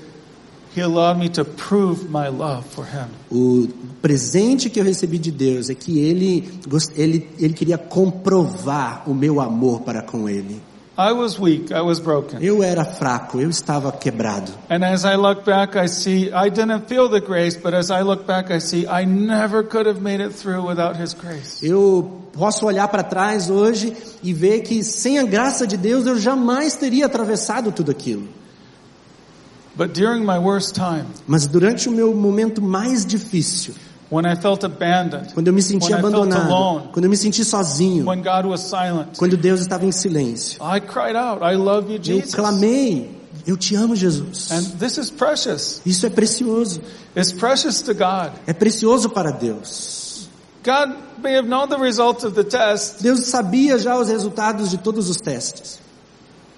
[SPEAKER 2] He allowed me to prove my love for Him.
[SPEAKER 1] O presente que eu recebi de Deus é que ele, gos- ele, ele queria comprovar o meu amor para com ele.
[SPEAKER 2] I was weak. I was broken.
[SPEAKER 1] Eu era fraco, eu estava quebrado.
[SPEAKER 2] And as I look back, I see I didn't feel the grace, but as I look back, I see I never could have made it through without His grace.
[SPEAKER 1] Eu posso olhar para trás hoje e ver que sem a graça de Deus eu jamais teria atravessado tudo aquilo.
[SPEAKER 2] But during my worst time,
[SPEAKER 1] Mas durante o meu momento mais difícil,
[SPEAKER 2] when I felt abandoned,
[SPEAKER 1] quando eu me senti
[SPEAKER 2] when I felt
[SPEAKER 1] abandonado,
[SPEAKER 2] alone,
[SPEAKER 1] quando eu me senti sozinho,
[SPEAKER 2] when God was silent,
[SPEAKER 1] quando Deus estava em silêncio,
[SPEAKER 2] I cried out, I love you,
[SPEAKER 1] eu
[SPEAKER 2] Jesus.
[SPEAKER 1] clamei: Eu te amo, Jesus.
[SPEAKER 2] And this is precious.
[SPEAKER 1] Isso é precioso.
[SPEAKER 2] It's precious to God.
[SPEAKER 1] É precioso para Deus.
[SPEAKER 2] God may have known the result of the test.
[SPEAKER 1] Deus sabia já os resultados de todos os testes.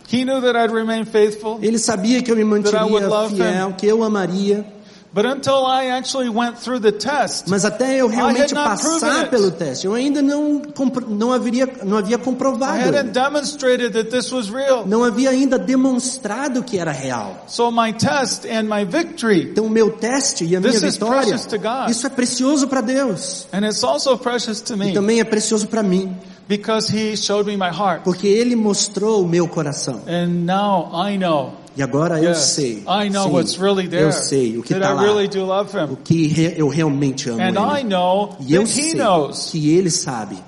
[SPEAKER 2] He knew that I'd remain faithful.
[SPEAKER 1] Ele sabia que eu me
[SPEAKER 2] That I would
[SPEAKER 1] manteria
[SPEAKER 2] love
[SPEAKER 1] fiel, que eu amaria,
[SPEAKER 2] But until I actually went through the test,
[SPEAKER 1] mas até eu realmente
[SPEAKER 2] had not proven
[SPEAKER 1] passar
[SPEAKER 2] it.
[SPEAKER 1] pelo teste, eu ainda não compro- não haveria não havia
[SPEAKER 2] I
[SPEAKER 1] comprovado,
[SPEAKER 2] hadn't demonstrated that this was real.
[SPEAKER 1] não havia ainda demonstrado que era real.
[SPEAKER 2] So my test and my victory,
[SPEAKER 1] Então o meu teste e a minha
[SPEAKER 2] This is
[SPEAKER 1] vitória,
[SPEAKER 2] precious to God.
[SPEAKER 1] isso é precioso para Deus.
[SPEAKER 2] and it's also precious to
[SPEAKER 1] E
[SPEAKER 2] me
[SPEAKER 1] também é precioso para mim,
[SPEAKER 2] because He showed me my heart.
[SPEAKER 1] porque ele mostrou o meu coração.
[SPEAKER 2] And now I know.
[SPEAKER 1] E agora eu
[SPEAKER 2] Yes,
[SPEAKER 1] sei.
[SPEAKER 2] I know
[SPEAKER 1] sim,
[SPEAKER 2] what's really there.
[SPEAKER 1] Eu sei o que
[SPEAKER 2] that
[SPEAKER 1] está
[SPEAKER 2] I
[SPEAKER 1] lá.
[SPEAKER 2] really do love Him.
[SPEAKER 1] O que re- eu realmente amo
[SPEAKER 2] And
[SPEAKER 1] ele.
[SPEAKER 2] I know
[SPEAKER 1] E eu
[SPEAKER 2] that He
[SPEAKER 1] sei
[SPEAKER 2] knows.
[SPEAKER 1] que ele sabe.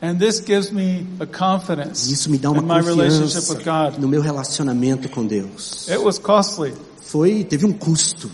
[SPEAKER 2] And this gives me a confidence
[SPEAKER 1] E Isso me dá uma
[SPEAKER 2] in my relationship
[SPEAKER 1] confiança
[SPEAKER 2] with God.
[SPEAKER 1] no meu relacionamento com Deus.
[SPEAKER 2] It was costly,
[SPEAKER 1] Foi, teve um custo,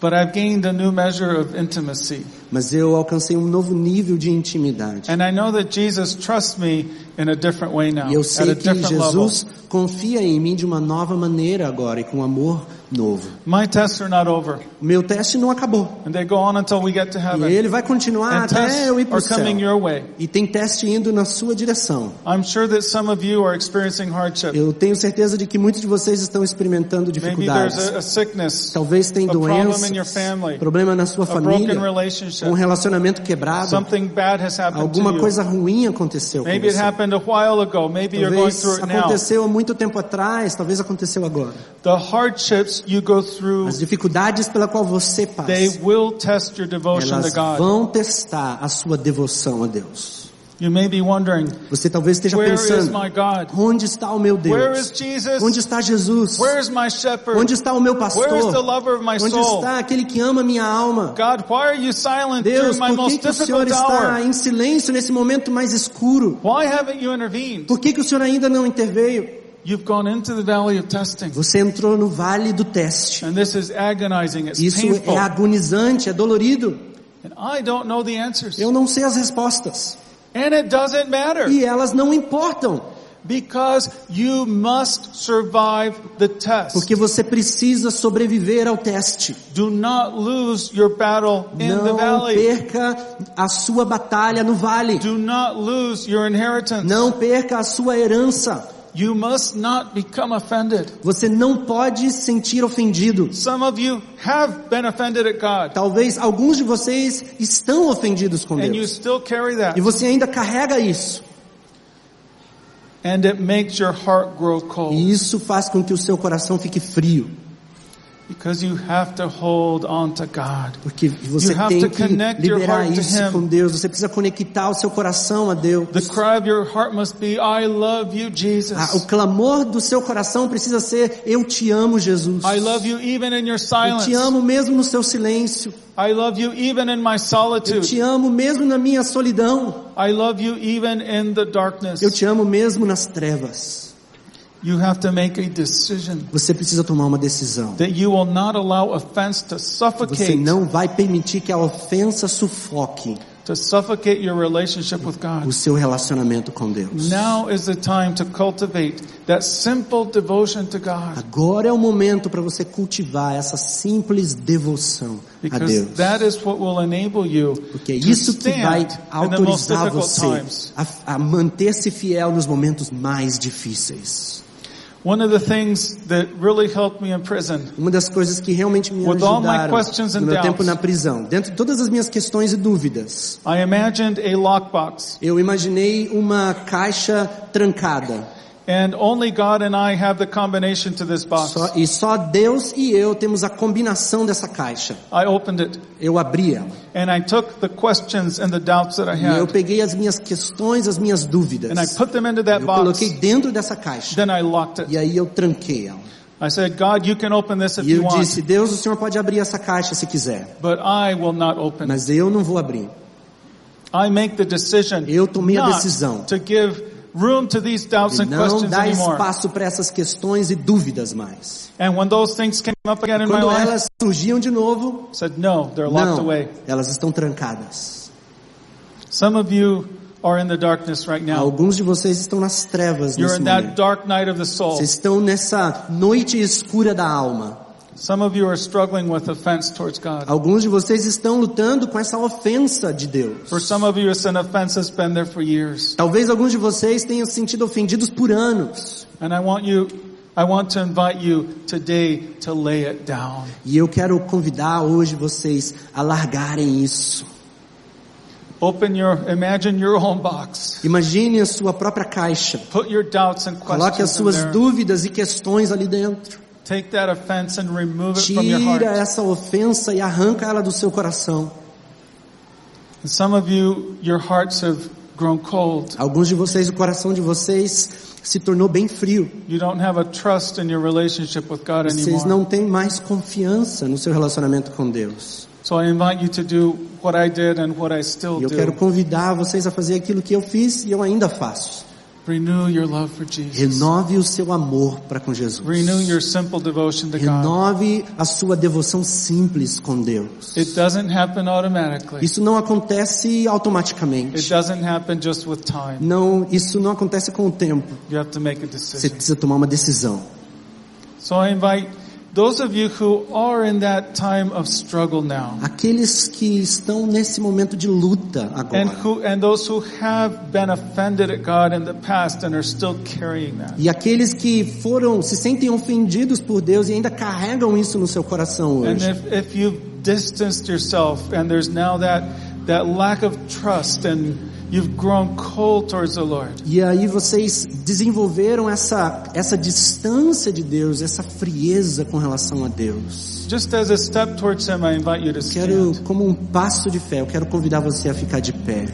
[SPEAKER 2] but I've gained a new measure of intimacy.
[SPEAKER 1] mas eu alcancei um novo nível de intimidade.
[SPEAKER 2] And I know that Jesus trusts me in a different way now,
[SPEAKER 1] E eu
[SPEAKER 2] at
[SPEAKER 1] sei
[SPEAKER 2] a
[SPEAKER 1] que
[SPEAKER 2] different level.
[SPEAKER 1] Jesus confia em mim de uma nova maneira agora e com amor novo.
[SPEAKER 2] My tests are not over,
[SPEAKER 1] O meu teste não acabou.
[SPEAKER 2] and they go on until we get to
[SPEAKER 1] E
[SPEAKER 2] heaven.
[SPEAKER 1] ele vai continuar
[SPEAKER 2] And
[SPEAKER 1] até eu ir
[SPEAKER 2] tests
[SPEAKER 1] para o
[SPEAKER 2] are
[SPEAKER 1] céu.
[SPEAKER 2] coming your way.
[SPEAKER 1] E tem teste indo na sua direção.
[SPEAKER 2] I'm sure that some of you are experiencing hardship.
[SPEAKER 1] Eu tenho certeza de que muitos de vocês estão experimentando
[SPEAKER 2] Maybe there's
[SPEAKER 1] dificuldades.
[SPEAKER 2] a, a sickness,
[SPEAKER 1] Talvez tenha
[SPEAKER 2] a problem
[SPEAKER 1] doenças,
[SPEAKER 2] in your family,
[SPEAKER 1] problema na sua
[SPEAKER 2] a broken
[SPEAKER 1] família,
[SPEAKER 2] relationship,
[SPEAKER 1] um relacionamento quebrado,
[SPEAKER 2] something bad has happened to
[SPEAKER 1] alguma
[SPEAKER 2] you.
[SPEAKER 1] coisa ruim aconteceu com
[SPEAKER 2] Maybe it
[SPEAKER 1] você.
[SPEAKER 2] happened a while ago. Maybe you're going
[SPEAKER 1] Talvez
[SPEAKER 2] through it now.
[SPEAKER 1] aconteceu há muito tempo atrás, talvez aconteceu agora.
[SPEAKER 2] The hardships you go through,
[SPEAKER 1] As dificuldades pela qual você
[SPEAKER 2] they
[SPEAKER 1] passa,
[SPEAKER 2] will test your devotion to
[SPEAKER 1] elas
[SPEAKER 2] God.
[SPEAKER 1] vão testar a sua devoção a Deus.
[SPEAKER 2] You may be wondering,
[SPEAKER 1] Você talvez esteja
[SPEAKER 2] where is
[SPEAKER 1] pensando,
[SPEAKER 2] my God?
[SPEAKER 1] onde está o meu
[SPEAKER 2] Where is
[SPEAKER 1] Deus?
[SPEAKER 2] Jesus?
[SPEAKER 1] Onde está Jesus?
[SPEAKER 2] Where is my shepherd?
[SPEAKER 1] Onde está o meu
[SPEAKER 2] Where is the
[SPEAKER 1] pastor?
[SPEAKER 2] lover of my
[SPEAKER 1] Onde
[SPEAKER 2] soul?
[SPEAKER 1] está aquele que ama minha alma?
[SPEAKER 2] God, why are you silent
[SPEAKER 1] Deus,
[SPEAKER 2] during my
[SPEAKER 1] por que,
[SPEAKER 2] most
[SPEAKER 1] que o Senhor
[SPEAKER 2] difficult hour?
[SPEAKER 1] está em silêncio nesse momento mais escuro?
[SPEAKER 2] Why haven't you intervened?
[SPEAKER 1] Por que, que o Senhor ainda não interveio?
[SPEAKER 2] You've gone into the valley of testing.
[SPEAKER 1] Você entrou no vale do teste.
[SPEAKER 2] And this is agonizing. It's
[SPEAKER 1] Isso
[SPEAKER 2] painful.
[SPEAKER 1] é agonizante, é dolorido.
[SPEAKER 2] And I don't know the answers.
[SPEAKER 1] Eu não sei as respostas.
[SPEAKER 2] And it doesn't matter.
[SPEAKER 1] E elas não importam.
[SPEAKER 2] Because you must survive the test.
[SPEAKER 1] Porque você precisa sobreviver ao teste.
[SPEAKER 2] Do not lose your battle in the
[SPEAKER 1] Não
[SPEAKER 2] valley.
[SPEAKER 1] perca a sua batalha no vale.
[SPEAKER 2] Do not lose your inheritance.
[SPEAKER 1] Não perca a sua herança.
[SPEAKER 2] You must not become offended.
[SPEAKER 1] Você não pode se sentir ofendido.
[SPEAKER 2] Some of you have been offended at God.
[SPEAKER 1] Talvez alguns de vocês estão ofendidos com
[SPEAKER 2] And you
[SPEAKER 1] Deus.
[SPEAKER 2] still carry that.
[SPEAKER 1] E você ainda carrega isso.
[SPEAKER 2] And it makes your heart grow cold.
[SPEAKER 1] E isso faz com que o seu coração fique frio.
[SPEAKER 2] Because you have to hold on to God.
[SPEAKER 1] Porque você
[SPEAKER 2] You have
[SPEAKER 1] tem
[SPEAKER 2] to
[SPEAKER 1] que
[SPEAKER 2] connect your
[SPEAKER 1] liberar
[SPEAKER 2] heart to
[SPEAKER 1] isso
[SPEAKER 2] Him.
[SPEAKER 1] com Deus. Você precisa conectar o seu coração a Deus.
[SPEAKER 2] The cry of your heart must be, I love you,
[SPEAKER 1] Ah, o
[SPEAKER 2] Jesus.
[SPEAKER 1] clamor do seu coração precisa ser: Eu te amo, Jesus.
[SPEAKER 2] I love you even in
[SPEAKER 1] Eu
[SPEAKER 2] your silence.
[SPEAKER 1] te amo mesmo no seu silêncio.
[SPEAKER 2] I love you even in my
[SPEAKER 1] Eu
[SPEAKER 2] solitude.
[SPEAKER 1] te amo mesmo na minha solidão.
[SPEAKER 2] I love you even in the darkness.
[SPEAKER 1] Eu te amo mesmo nas trevas.
[SPEAKER 2] You have to make a decision.
[SPEAKER 1] Você precisa tomar uma decisão.
[SPEAKER 2] That you will not allow offense to
[SPEAKER 1] Você
[SPEAKER 2] suffocate
[SPEAKER 1] não vai permitir que a ofensa sufoque
[SPEAKER 2] to suffocate your relationship with God.
[SPEAKER 1] o seu relacionamento com Deus.
[SPEAKER 2] Now is the time to cultivate that simple devotion to God
[SPEAKER 1] Agora é o momento para você cultivar essa simples devoção a
[SPEAKER 2] because
[SPEAKER 1] Deus.
[SPEAKER 2] that is what will enable you
[SPEAKER 1] Porque é
[SPEAKER 2] to
[SPEAKER 1] isso que vai
[SPEAKER 2] stand in the most
[SPEAKER 1] autorizar
[SPEAKER 2] difficult
[SPEAKER 1] você
[SPEAKER 2] times.
[SPEAKER 1] a, a manter-se fiel nos momentos mais difíceis.
[SPEAKER 2] One of the things that really helped me in prison
[SPEAKER 1] Uma das coisas que realmente me
[SPEAKER 2] With all my
[SPEAKER 1] ajudaram
[SPEAKER 2] questions and
[SPEAKER 1] no meu
[SPEAKER 2] doubts.
[SPEAKER 1] tempo na prisão, dentro de todas as minhas questões e dúvidas,
[SPEAKER 2] I imagined a lockbox,
[SPEAKER 1] eu imaginei uma caixa trancada.
[SPEAKER 2] and only God and I have the combination to this box.
[SPEAKER 1] Só- e só Deus e eu temos a combinação dessa caixa.
[SPEAKER 2] I opened it,
[SPEAKER 1] Eu abri ela.
[SPEAKER 2] and I took the questions and the doubts that I
[SPEAKER 1] E eu
[SPEAKER 2] had,
[SPEAKER 1] peguei as minhas questões, as minhas
[SPEAKER 2] and I
[SPEAKER 1] dúvidas.
[SPEAKER 2] put them into that
[SPEAKER 1] Eu
[SPEAKER 2] box.
[SPEAKER 1] coloquei dentro dessa caixa.
[SPEAKER 2] Then I locked it.
[SPEAKER 1] E aí eu tranquei ela.
[SPEAKER 2] I said, God, you can open this if
[SPEAKER 1] E
[SPEAKER 2] you
[SPEAKER 1] eu
[SPEAKER 2] want,
[SPEAKER 1] disse, Deus, o Senhor pode abrir essa caixa se quiser.
[SPEAKER 2] but I will not open it.
[SPEAKER 1] Mas eu não vou abrir.
[SPEAKER 2] I make the decision
[SPEAKER 1] Eu tomei a
[SPEAKER 2] not
[SPEAKER 1] decisão.
[SPEAKER 2] to give room to these doubts
[SPEAKER 1] De
[SPEAKER 2] and
[SPEAKER 1] não
[SPEAKER 2] questions
[SPEAKER 1] dar
[SPEAKER 2] anymore.
[SPEAKER 1] espaço para essas questões e dúvidas mais.
[SPEAKER 2] And when those things came up again in my
[SPEAKER 1] Quando
[SPEAKER 2] life,
[SPEAKER 1] elas surgiam de novo,
[SPEAKER 2] I said, no, they're locked
[SPEAKER 1] não,
[SPEAKER 2] away.
[SPEAKER 1] elas estão trancadas.
[SPEAKER 2] Some of you are in the darkness right now.
[SPEAKER 1] Alguns de vocês estão nas trevas
[SPEAKER 2] You're
[SPEAKER 1] nesse
[SPEAKER 2] in that
[SPEAKER 1] momento.
[SPEAKER 2] dark night of the soul.
[SPEAKER 1] Vocês estão nessa noite escura da alma.
[SPEAKER 2] Some of you are struggling with offense towards God.
[SPEAKER 1] Alguns de vocês estão lutando com essa ofensa de Deus.
[SPEAKER 2] For some of you, it's an offense that's been there for years.
[SPEAKER 1] Talvez alguns de vocês tenham se sentido ofendidos por anos.
[SPEAKER 2] And I want you, I want to invite you today to lay it down.
[SPEAKER 1] E eu quero convidar hoje vocês a largarem isso.
[SPEAKER 2] Open your, imagine your own box.
[SPEAKER 1] Imagine a sua própria caixa.
[SPEAKER 2] Put your doubts and
[SPEAKER 1] Coloque as
[SPEAKER 2] questions in
[SPEAKER 1] suas
[SPEAKER 2] there.
[SPEAKER 1] dúvidas e questões ali dentro.
[SPEAKER 2] Take that offense and remove it from your
[SPEAKER 1] Tira
[SPEAKER 2] heart.
[SPEAKER 1] essa ofensa e arranca ela do seu coração.
[SPEAKER 2] And some of you, your hearts have grown cold.
[SPEAKER 1] Alguns de vocês, o coração de vocês se tornou bem frio.
[SPEAKER 2] You don't have a trust in your relationship with God
[SPEAKER 1] Vocês
[SPEAKER 2] anymore.
[SPEAKER 1] não têm mais confiança no seu relacionamento com Deus.
[SPEAKER 2] So I invite you to do what I did and what I still
[SPEAKER 1] E eu quero
[SPEAKER 2] do.
[SPEAKER 1] convidar vocês a fazer aquilo que eu fiz e eu ainda faço.
[SPEAKER 2] Renew your love for Jesus.
[SPEAKER 1] Renove o seu amor para com Jesus.
[SPEAKER 2] Renew your simple devotion to God.
[SPEAKER 1] Renove a sua devoção simples com Deus.
[SPEAKER 2] It doesn't happen automatically.
[SPEAKER 1] Isso não acontece
[SPEAKER 2] It
[SPEAKER 1] automaticamente.
[SPEAKER 2] doesn't happen just with time.
[SPEAKER 1] Não, isso não acontece com o tempo.
[SPEAKER 2] You have to make a
[SPEAKER 1] Você
[SPEAKER 2] decision.
[SPEAKER 1] precisa tomar uma decisão.
[SPEAKER 2] So I invite those of you who are in that time of struggle now
[SPEAKER 1] Aqueles que estão nesse momento de luta
[SPEAKER 2] and
[SPEAKER 1] agora.
[SPEAKER 2] who and those who have been offended at God in the past and are still carrying that.
[SPEAKER 1] E aqueles que foram, se sentem ofendidos por Deus e ainda carregam isso no seu coração
[SPEAKER 2] And
[SPEAKER 1] hoje.
[SPEAKER 2] if, if you've distanced yourself and there's now that that lack of trust and you've grown cold towards the Lord.
[SPEAKER 1] E aí vocês desenvolveram essa, essa distância de Deus, essa frieza com relação a Deus.
[SPEAKER 2] Just as a step towards him, I invite you to
[SPEAKER 1] Quero,
[SPEAKER 2] stand.
[SPEAKER 1] como um passo de fé, eu quero convidar você a ficar de pé.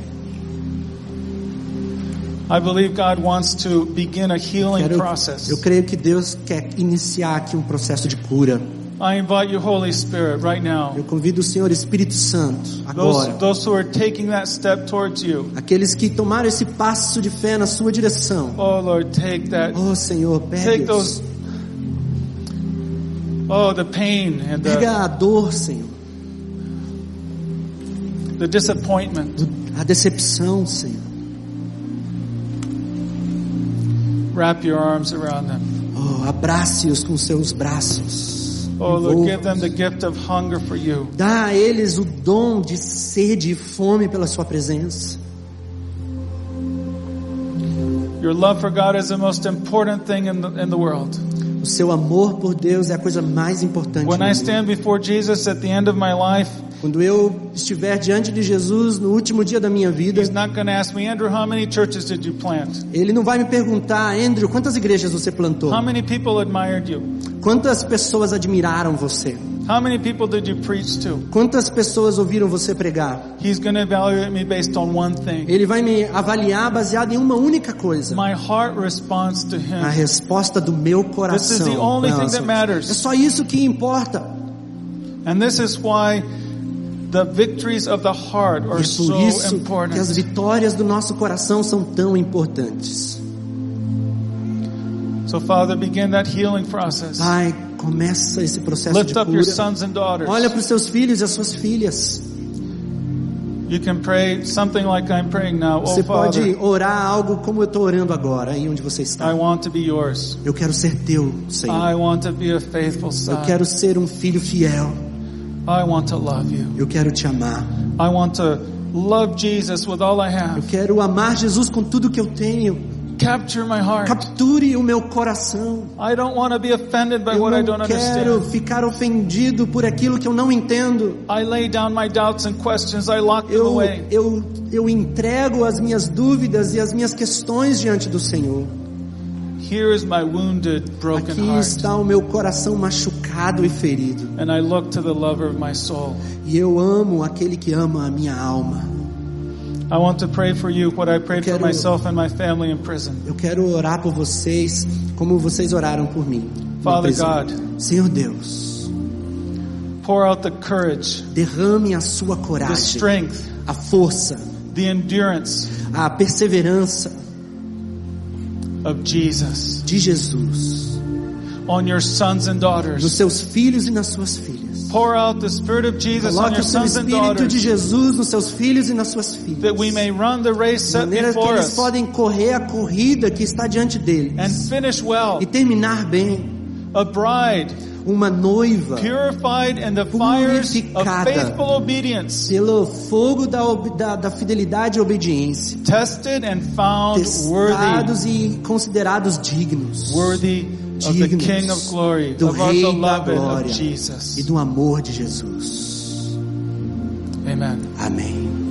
[SPEAKER 2] I believe God wants to begin a healing
[SPEAKER 1] Quero,
[SPEAKER 2] process.
[SPEAKER 1] eu creio que Deus quer iniciar aqui um processo de cura.
[SPEAKER 2] I invite you, Holy Spirit, right now.
[SPEAKER 1] Eu convido o Senhor Espírito Santo
[SPEAKER 2] Those,
[SPEAKER 1] agora.
[SPEAKER 2] those who are taking that step towards you.
[SPEAKER 1] Aqueles que tomaram esse passo de fé na sua direção.
[SPEAKER 2] Oh Lord, take that.
[SPEAKER 1] Oh Senhor,
[SPEAKER 2] Take
[SPEAKER 1] pega,
[SPEAKER 2] those.
[SPEAKER 1] isso.
[SPEAKER 2] Oh, the pain and the,
[SPEAKER 1] pega a dor, Senhor.
[SPEAKER 2] the disappointment.
[SPEAKER 1] A decepção, Senhor.
[SPEAKER 2] Wrap your arms around them.
[SPEAKER 1] Oh, abrace-os com seus braços.
[SPEAKER 2] Oh Lord, give
[SPEAKER 1] Envolva-os.
[SPEAKER 2] them the gift of hunger for you.
[SPEAKER 1] Dá a eles o dom de sede e fome pela sua presença.
[SPEAKER 2] Your love for God is the most important thing in the, in the world.
[SPEAKER 1] O seu amor por Deus é a coisa mais importante.
[SPEAKER 2] When
[SPEAKER 1] no
[SPEAKER 2] I
[SPEAKER 1] mundo.
[SPEAKER 2] stand before Jesus at the end of my life,
[SPEAKER 1] Quando eu estiver diante de Jesus no último dia da minha vida,
[SPEAKER 2] He's not going to ask me, Andrew, how many churches did you plant?
[SPEAKER 1] ele não vai me perguntar, Andrew, quantas igrejas você plantou?
[SPEAKER 2] How many people admired you?
[SPEAKER 1] Quantas pessoas admiraram você?
[SPEAKER 2] How many people did you preach to?
[SPEAKER 1] Quantas pessoas ouviram você pregar?
[SPEAKER 2] He's going to evaluate me based on one thing.
[SPEAKER 1] Ele vai me avaliar baseado em uma única coisa.
[SPEAKER 2] My heart responds to
[SPEAKER 1] A
[SPEAKER 2] Him.
[SPEAKER 1] resposta do meu coração.
[SPEAKER 2] This is the only
[SPEAKER 1] Não,
[SPEAKER 2] thing that
[SPEAKER 1] só-
[SPEAKER 2] matters.
[SPEAKER 1] É só isso que importa.
[SPEAKER 2] And this is why the victories of the heart
[SPEAKER 1] E
[SPEAKER 2] are
[SPEAKER 1] é
[SPEAKER 2] so
[SPEAKER 1] por isso que as
[SPEAKER 2] important.
[SPEAKER 1] vitórias do nosso coração são tão importantes.
[SPEAKER 2] So Father, begin that healing process.
[SPEAKER 1] Pai, começa esse processo
[SPEAKER 2] Lift
[SPEAKER 1] de
[SPEAKER 2] up your
[SPEAKER 1] cura.
[SPEAKER 2] sons and daughters.
[SPEAKER 1] Olha para os seus filhos e as suas filhas.
[SPEAKER 2] You can pray something like I'm praying now. Oh
[SPEAKER 1] Você pode
[SPEAKER 2] Father,
[SPEAKER 1] orar algo como eu estou orando agora, aí onde você
[SPEAKER 2] I Ah,
[SPEAKER 1] está.
[SPEAKER 2] want to be yours.
[SPEAKER 1] Eu quero ser teu, Senhor.
[SPEAKER 2] I want to be a faithful
[SPEAKER 1] Eu
[SPEAKER 2] son.
[SPEAKER 1] quero ser um filho fiel.
[SPEAKER 2] I want to love you.
[SPEAKER 1] Eu quero te amar.
[SPEAKER 2] I want to love Jesus with all I
[SPEAKER 1] Eu
[SPEAKER 2] have.
[SPEAKER 1] quero amar Jesus com tudo que eu tenho.
[SPEAKER 2] Capture my heart.
[SPEAKER 1] Capture o meu coração.
[SPEAKER 2] I don't want to be offended by
[SPEAKER 1] Eu
[SPEAKER 2] what I don't
[SPEAKER 1] não quero
[SPEAKER 2] understand.
[SPEAKER 1] ficar ofendido por aquilo que eu não entendo.
[SPEAKER 2] I lay down my doubts and questions. I lock them
[SPEAKER 1] Eu,
[SPEAKER 2] away.
[SPEAKER 1] eu, eu entrego as minhas dúvidas e as minhas questões diante do Senhor.
[SPEAKER 2] Here is my wounded, broken
[SPEAKER 1] Aqui
[SPEAKER 2] heart.
[SPEAKER 1] está o meu coração machucado e ferido.
[SPEAKER 2] And I look to the lover of my soul.
[SPEAKER 1] E eu amo aquele que ama a minha alma.
[SPEAKER 2] I want to pray for you what I prayed for
[SPEAKER 1] Quero-
[SPEAKER 2] myself and my family in prison.
[SPEAKER 1] Eu quero orar por vocês como vocês oraram por mim. na
[SPEAKER 2] Father
[SPEAKER 1] prisão.
[SPEAKER 2] God.
[SPEAKER 1] Senhor Deus,
[SPEAKER 2] Pour out the courage,
[SPEAKER 1] derrame a sua
[SPEAKER 2] the
[SPEAKER 1] coragem,
[SPEAKER 2] strength,
[SPEAKER 1] a força,
[SPEAKER 2] the endurance
[SPEAKER 1] a perseverança
[SPEAKER 2] of Jesus
[SPEAKER 1] de Jesus
[SPEAKER 2] on your sons and
[SPEAKER 1] nos
[SPEAKER 2] daughters.
[SPEAKER 1] seus filhos e nas suas filhas.
[SPEAKER 2] Pour out the Spirit of Jesus on
[SPEAKER 1] Coloque
[SPEAKER 2] your
[SPEAKER 1] o seu
[SPEAKER 2] sons and
[SPEAKER 1] Espírito de
[SPEAKER 2] daughters
[SPEAKER 1] Jesus nos seus filhos e nas suas filhas.
[SPEAKER 2] that we may run the race
[SPEAKER 1] de
[SPEAKER 2] set
[SPEAKER 1] maneira que
[SPEAKER 2] before
[SPEAKER 1] eles
[SPEAKER 2] us
[SPEAKER 1] podem correr a corrida que está diante deles
[SPEAKER 2] and finish well.
[SPEAKER 1] e terminar bem.
[SPEAKER 2] A bride
[SPEAKER 1] Uma noiva
[SPEAKER 2] purified in the fires of
[SPEAKER 1] Purificada.
[SPEAKER 2] faithful obedience,
[SPEAKER 1] pelo fogo da, ob- da, da fidelidade e obediência.
[SPEAKER 2] tested and found worthy,
[SPEAKER 1] testados e considerados dignos
[SPEAKER 2] worthy of the
[SPEAKER 1] Dignos
[SPEAKER 2] King of glory,
[SPEAKER 1] do
[SPEAKER 2] of our
[SPEAKER 1] Rei da
[SPEAKER 2] beloved of
[SPEAKER 1] glória e
[SPEAKER 2] Jesus.
[SPEAKER 1] do amor de Jesus.
[SPEAKER 2] Amen.
[SPEAKER 1] Amém.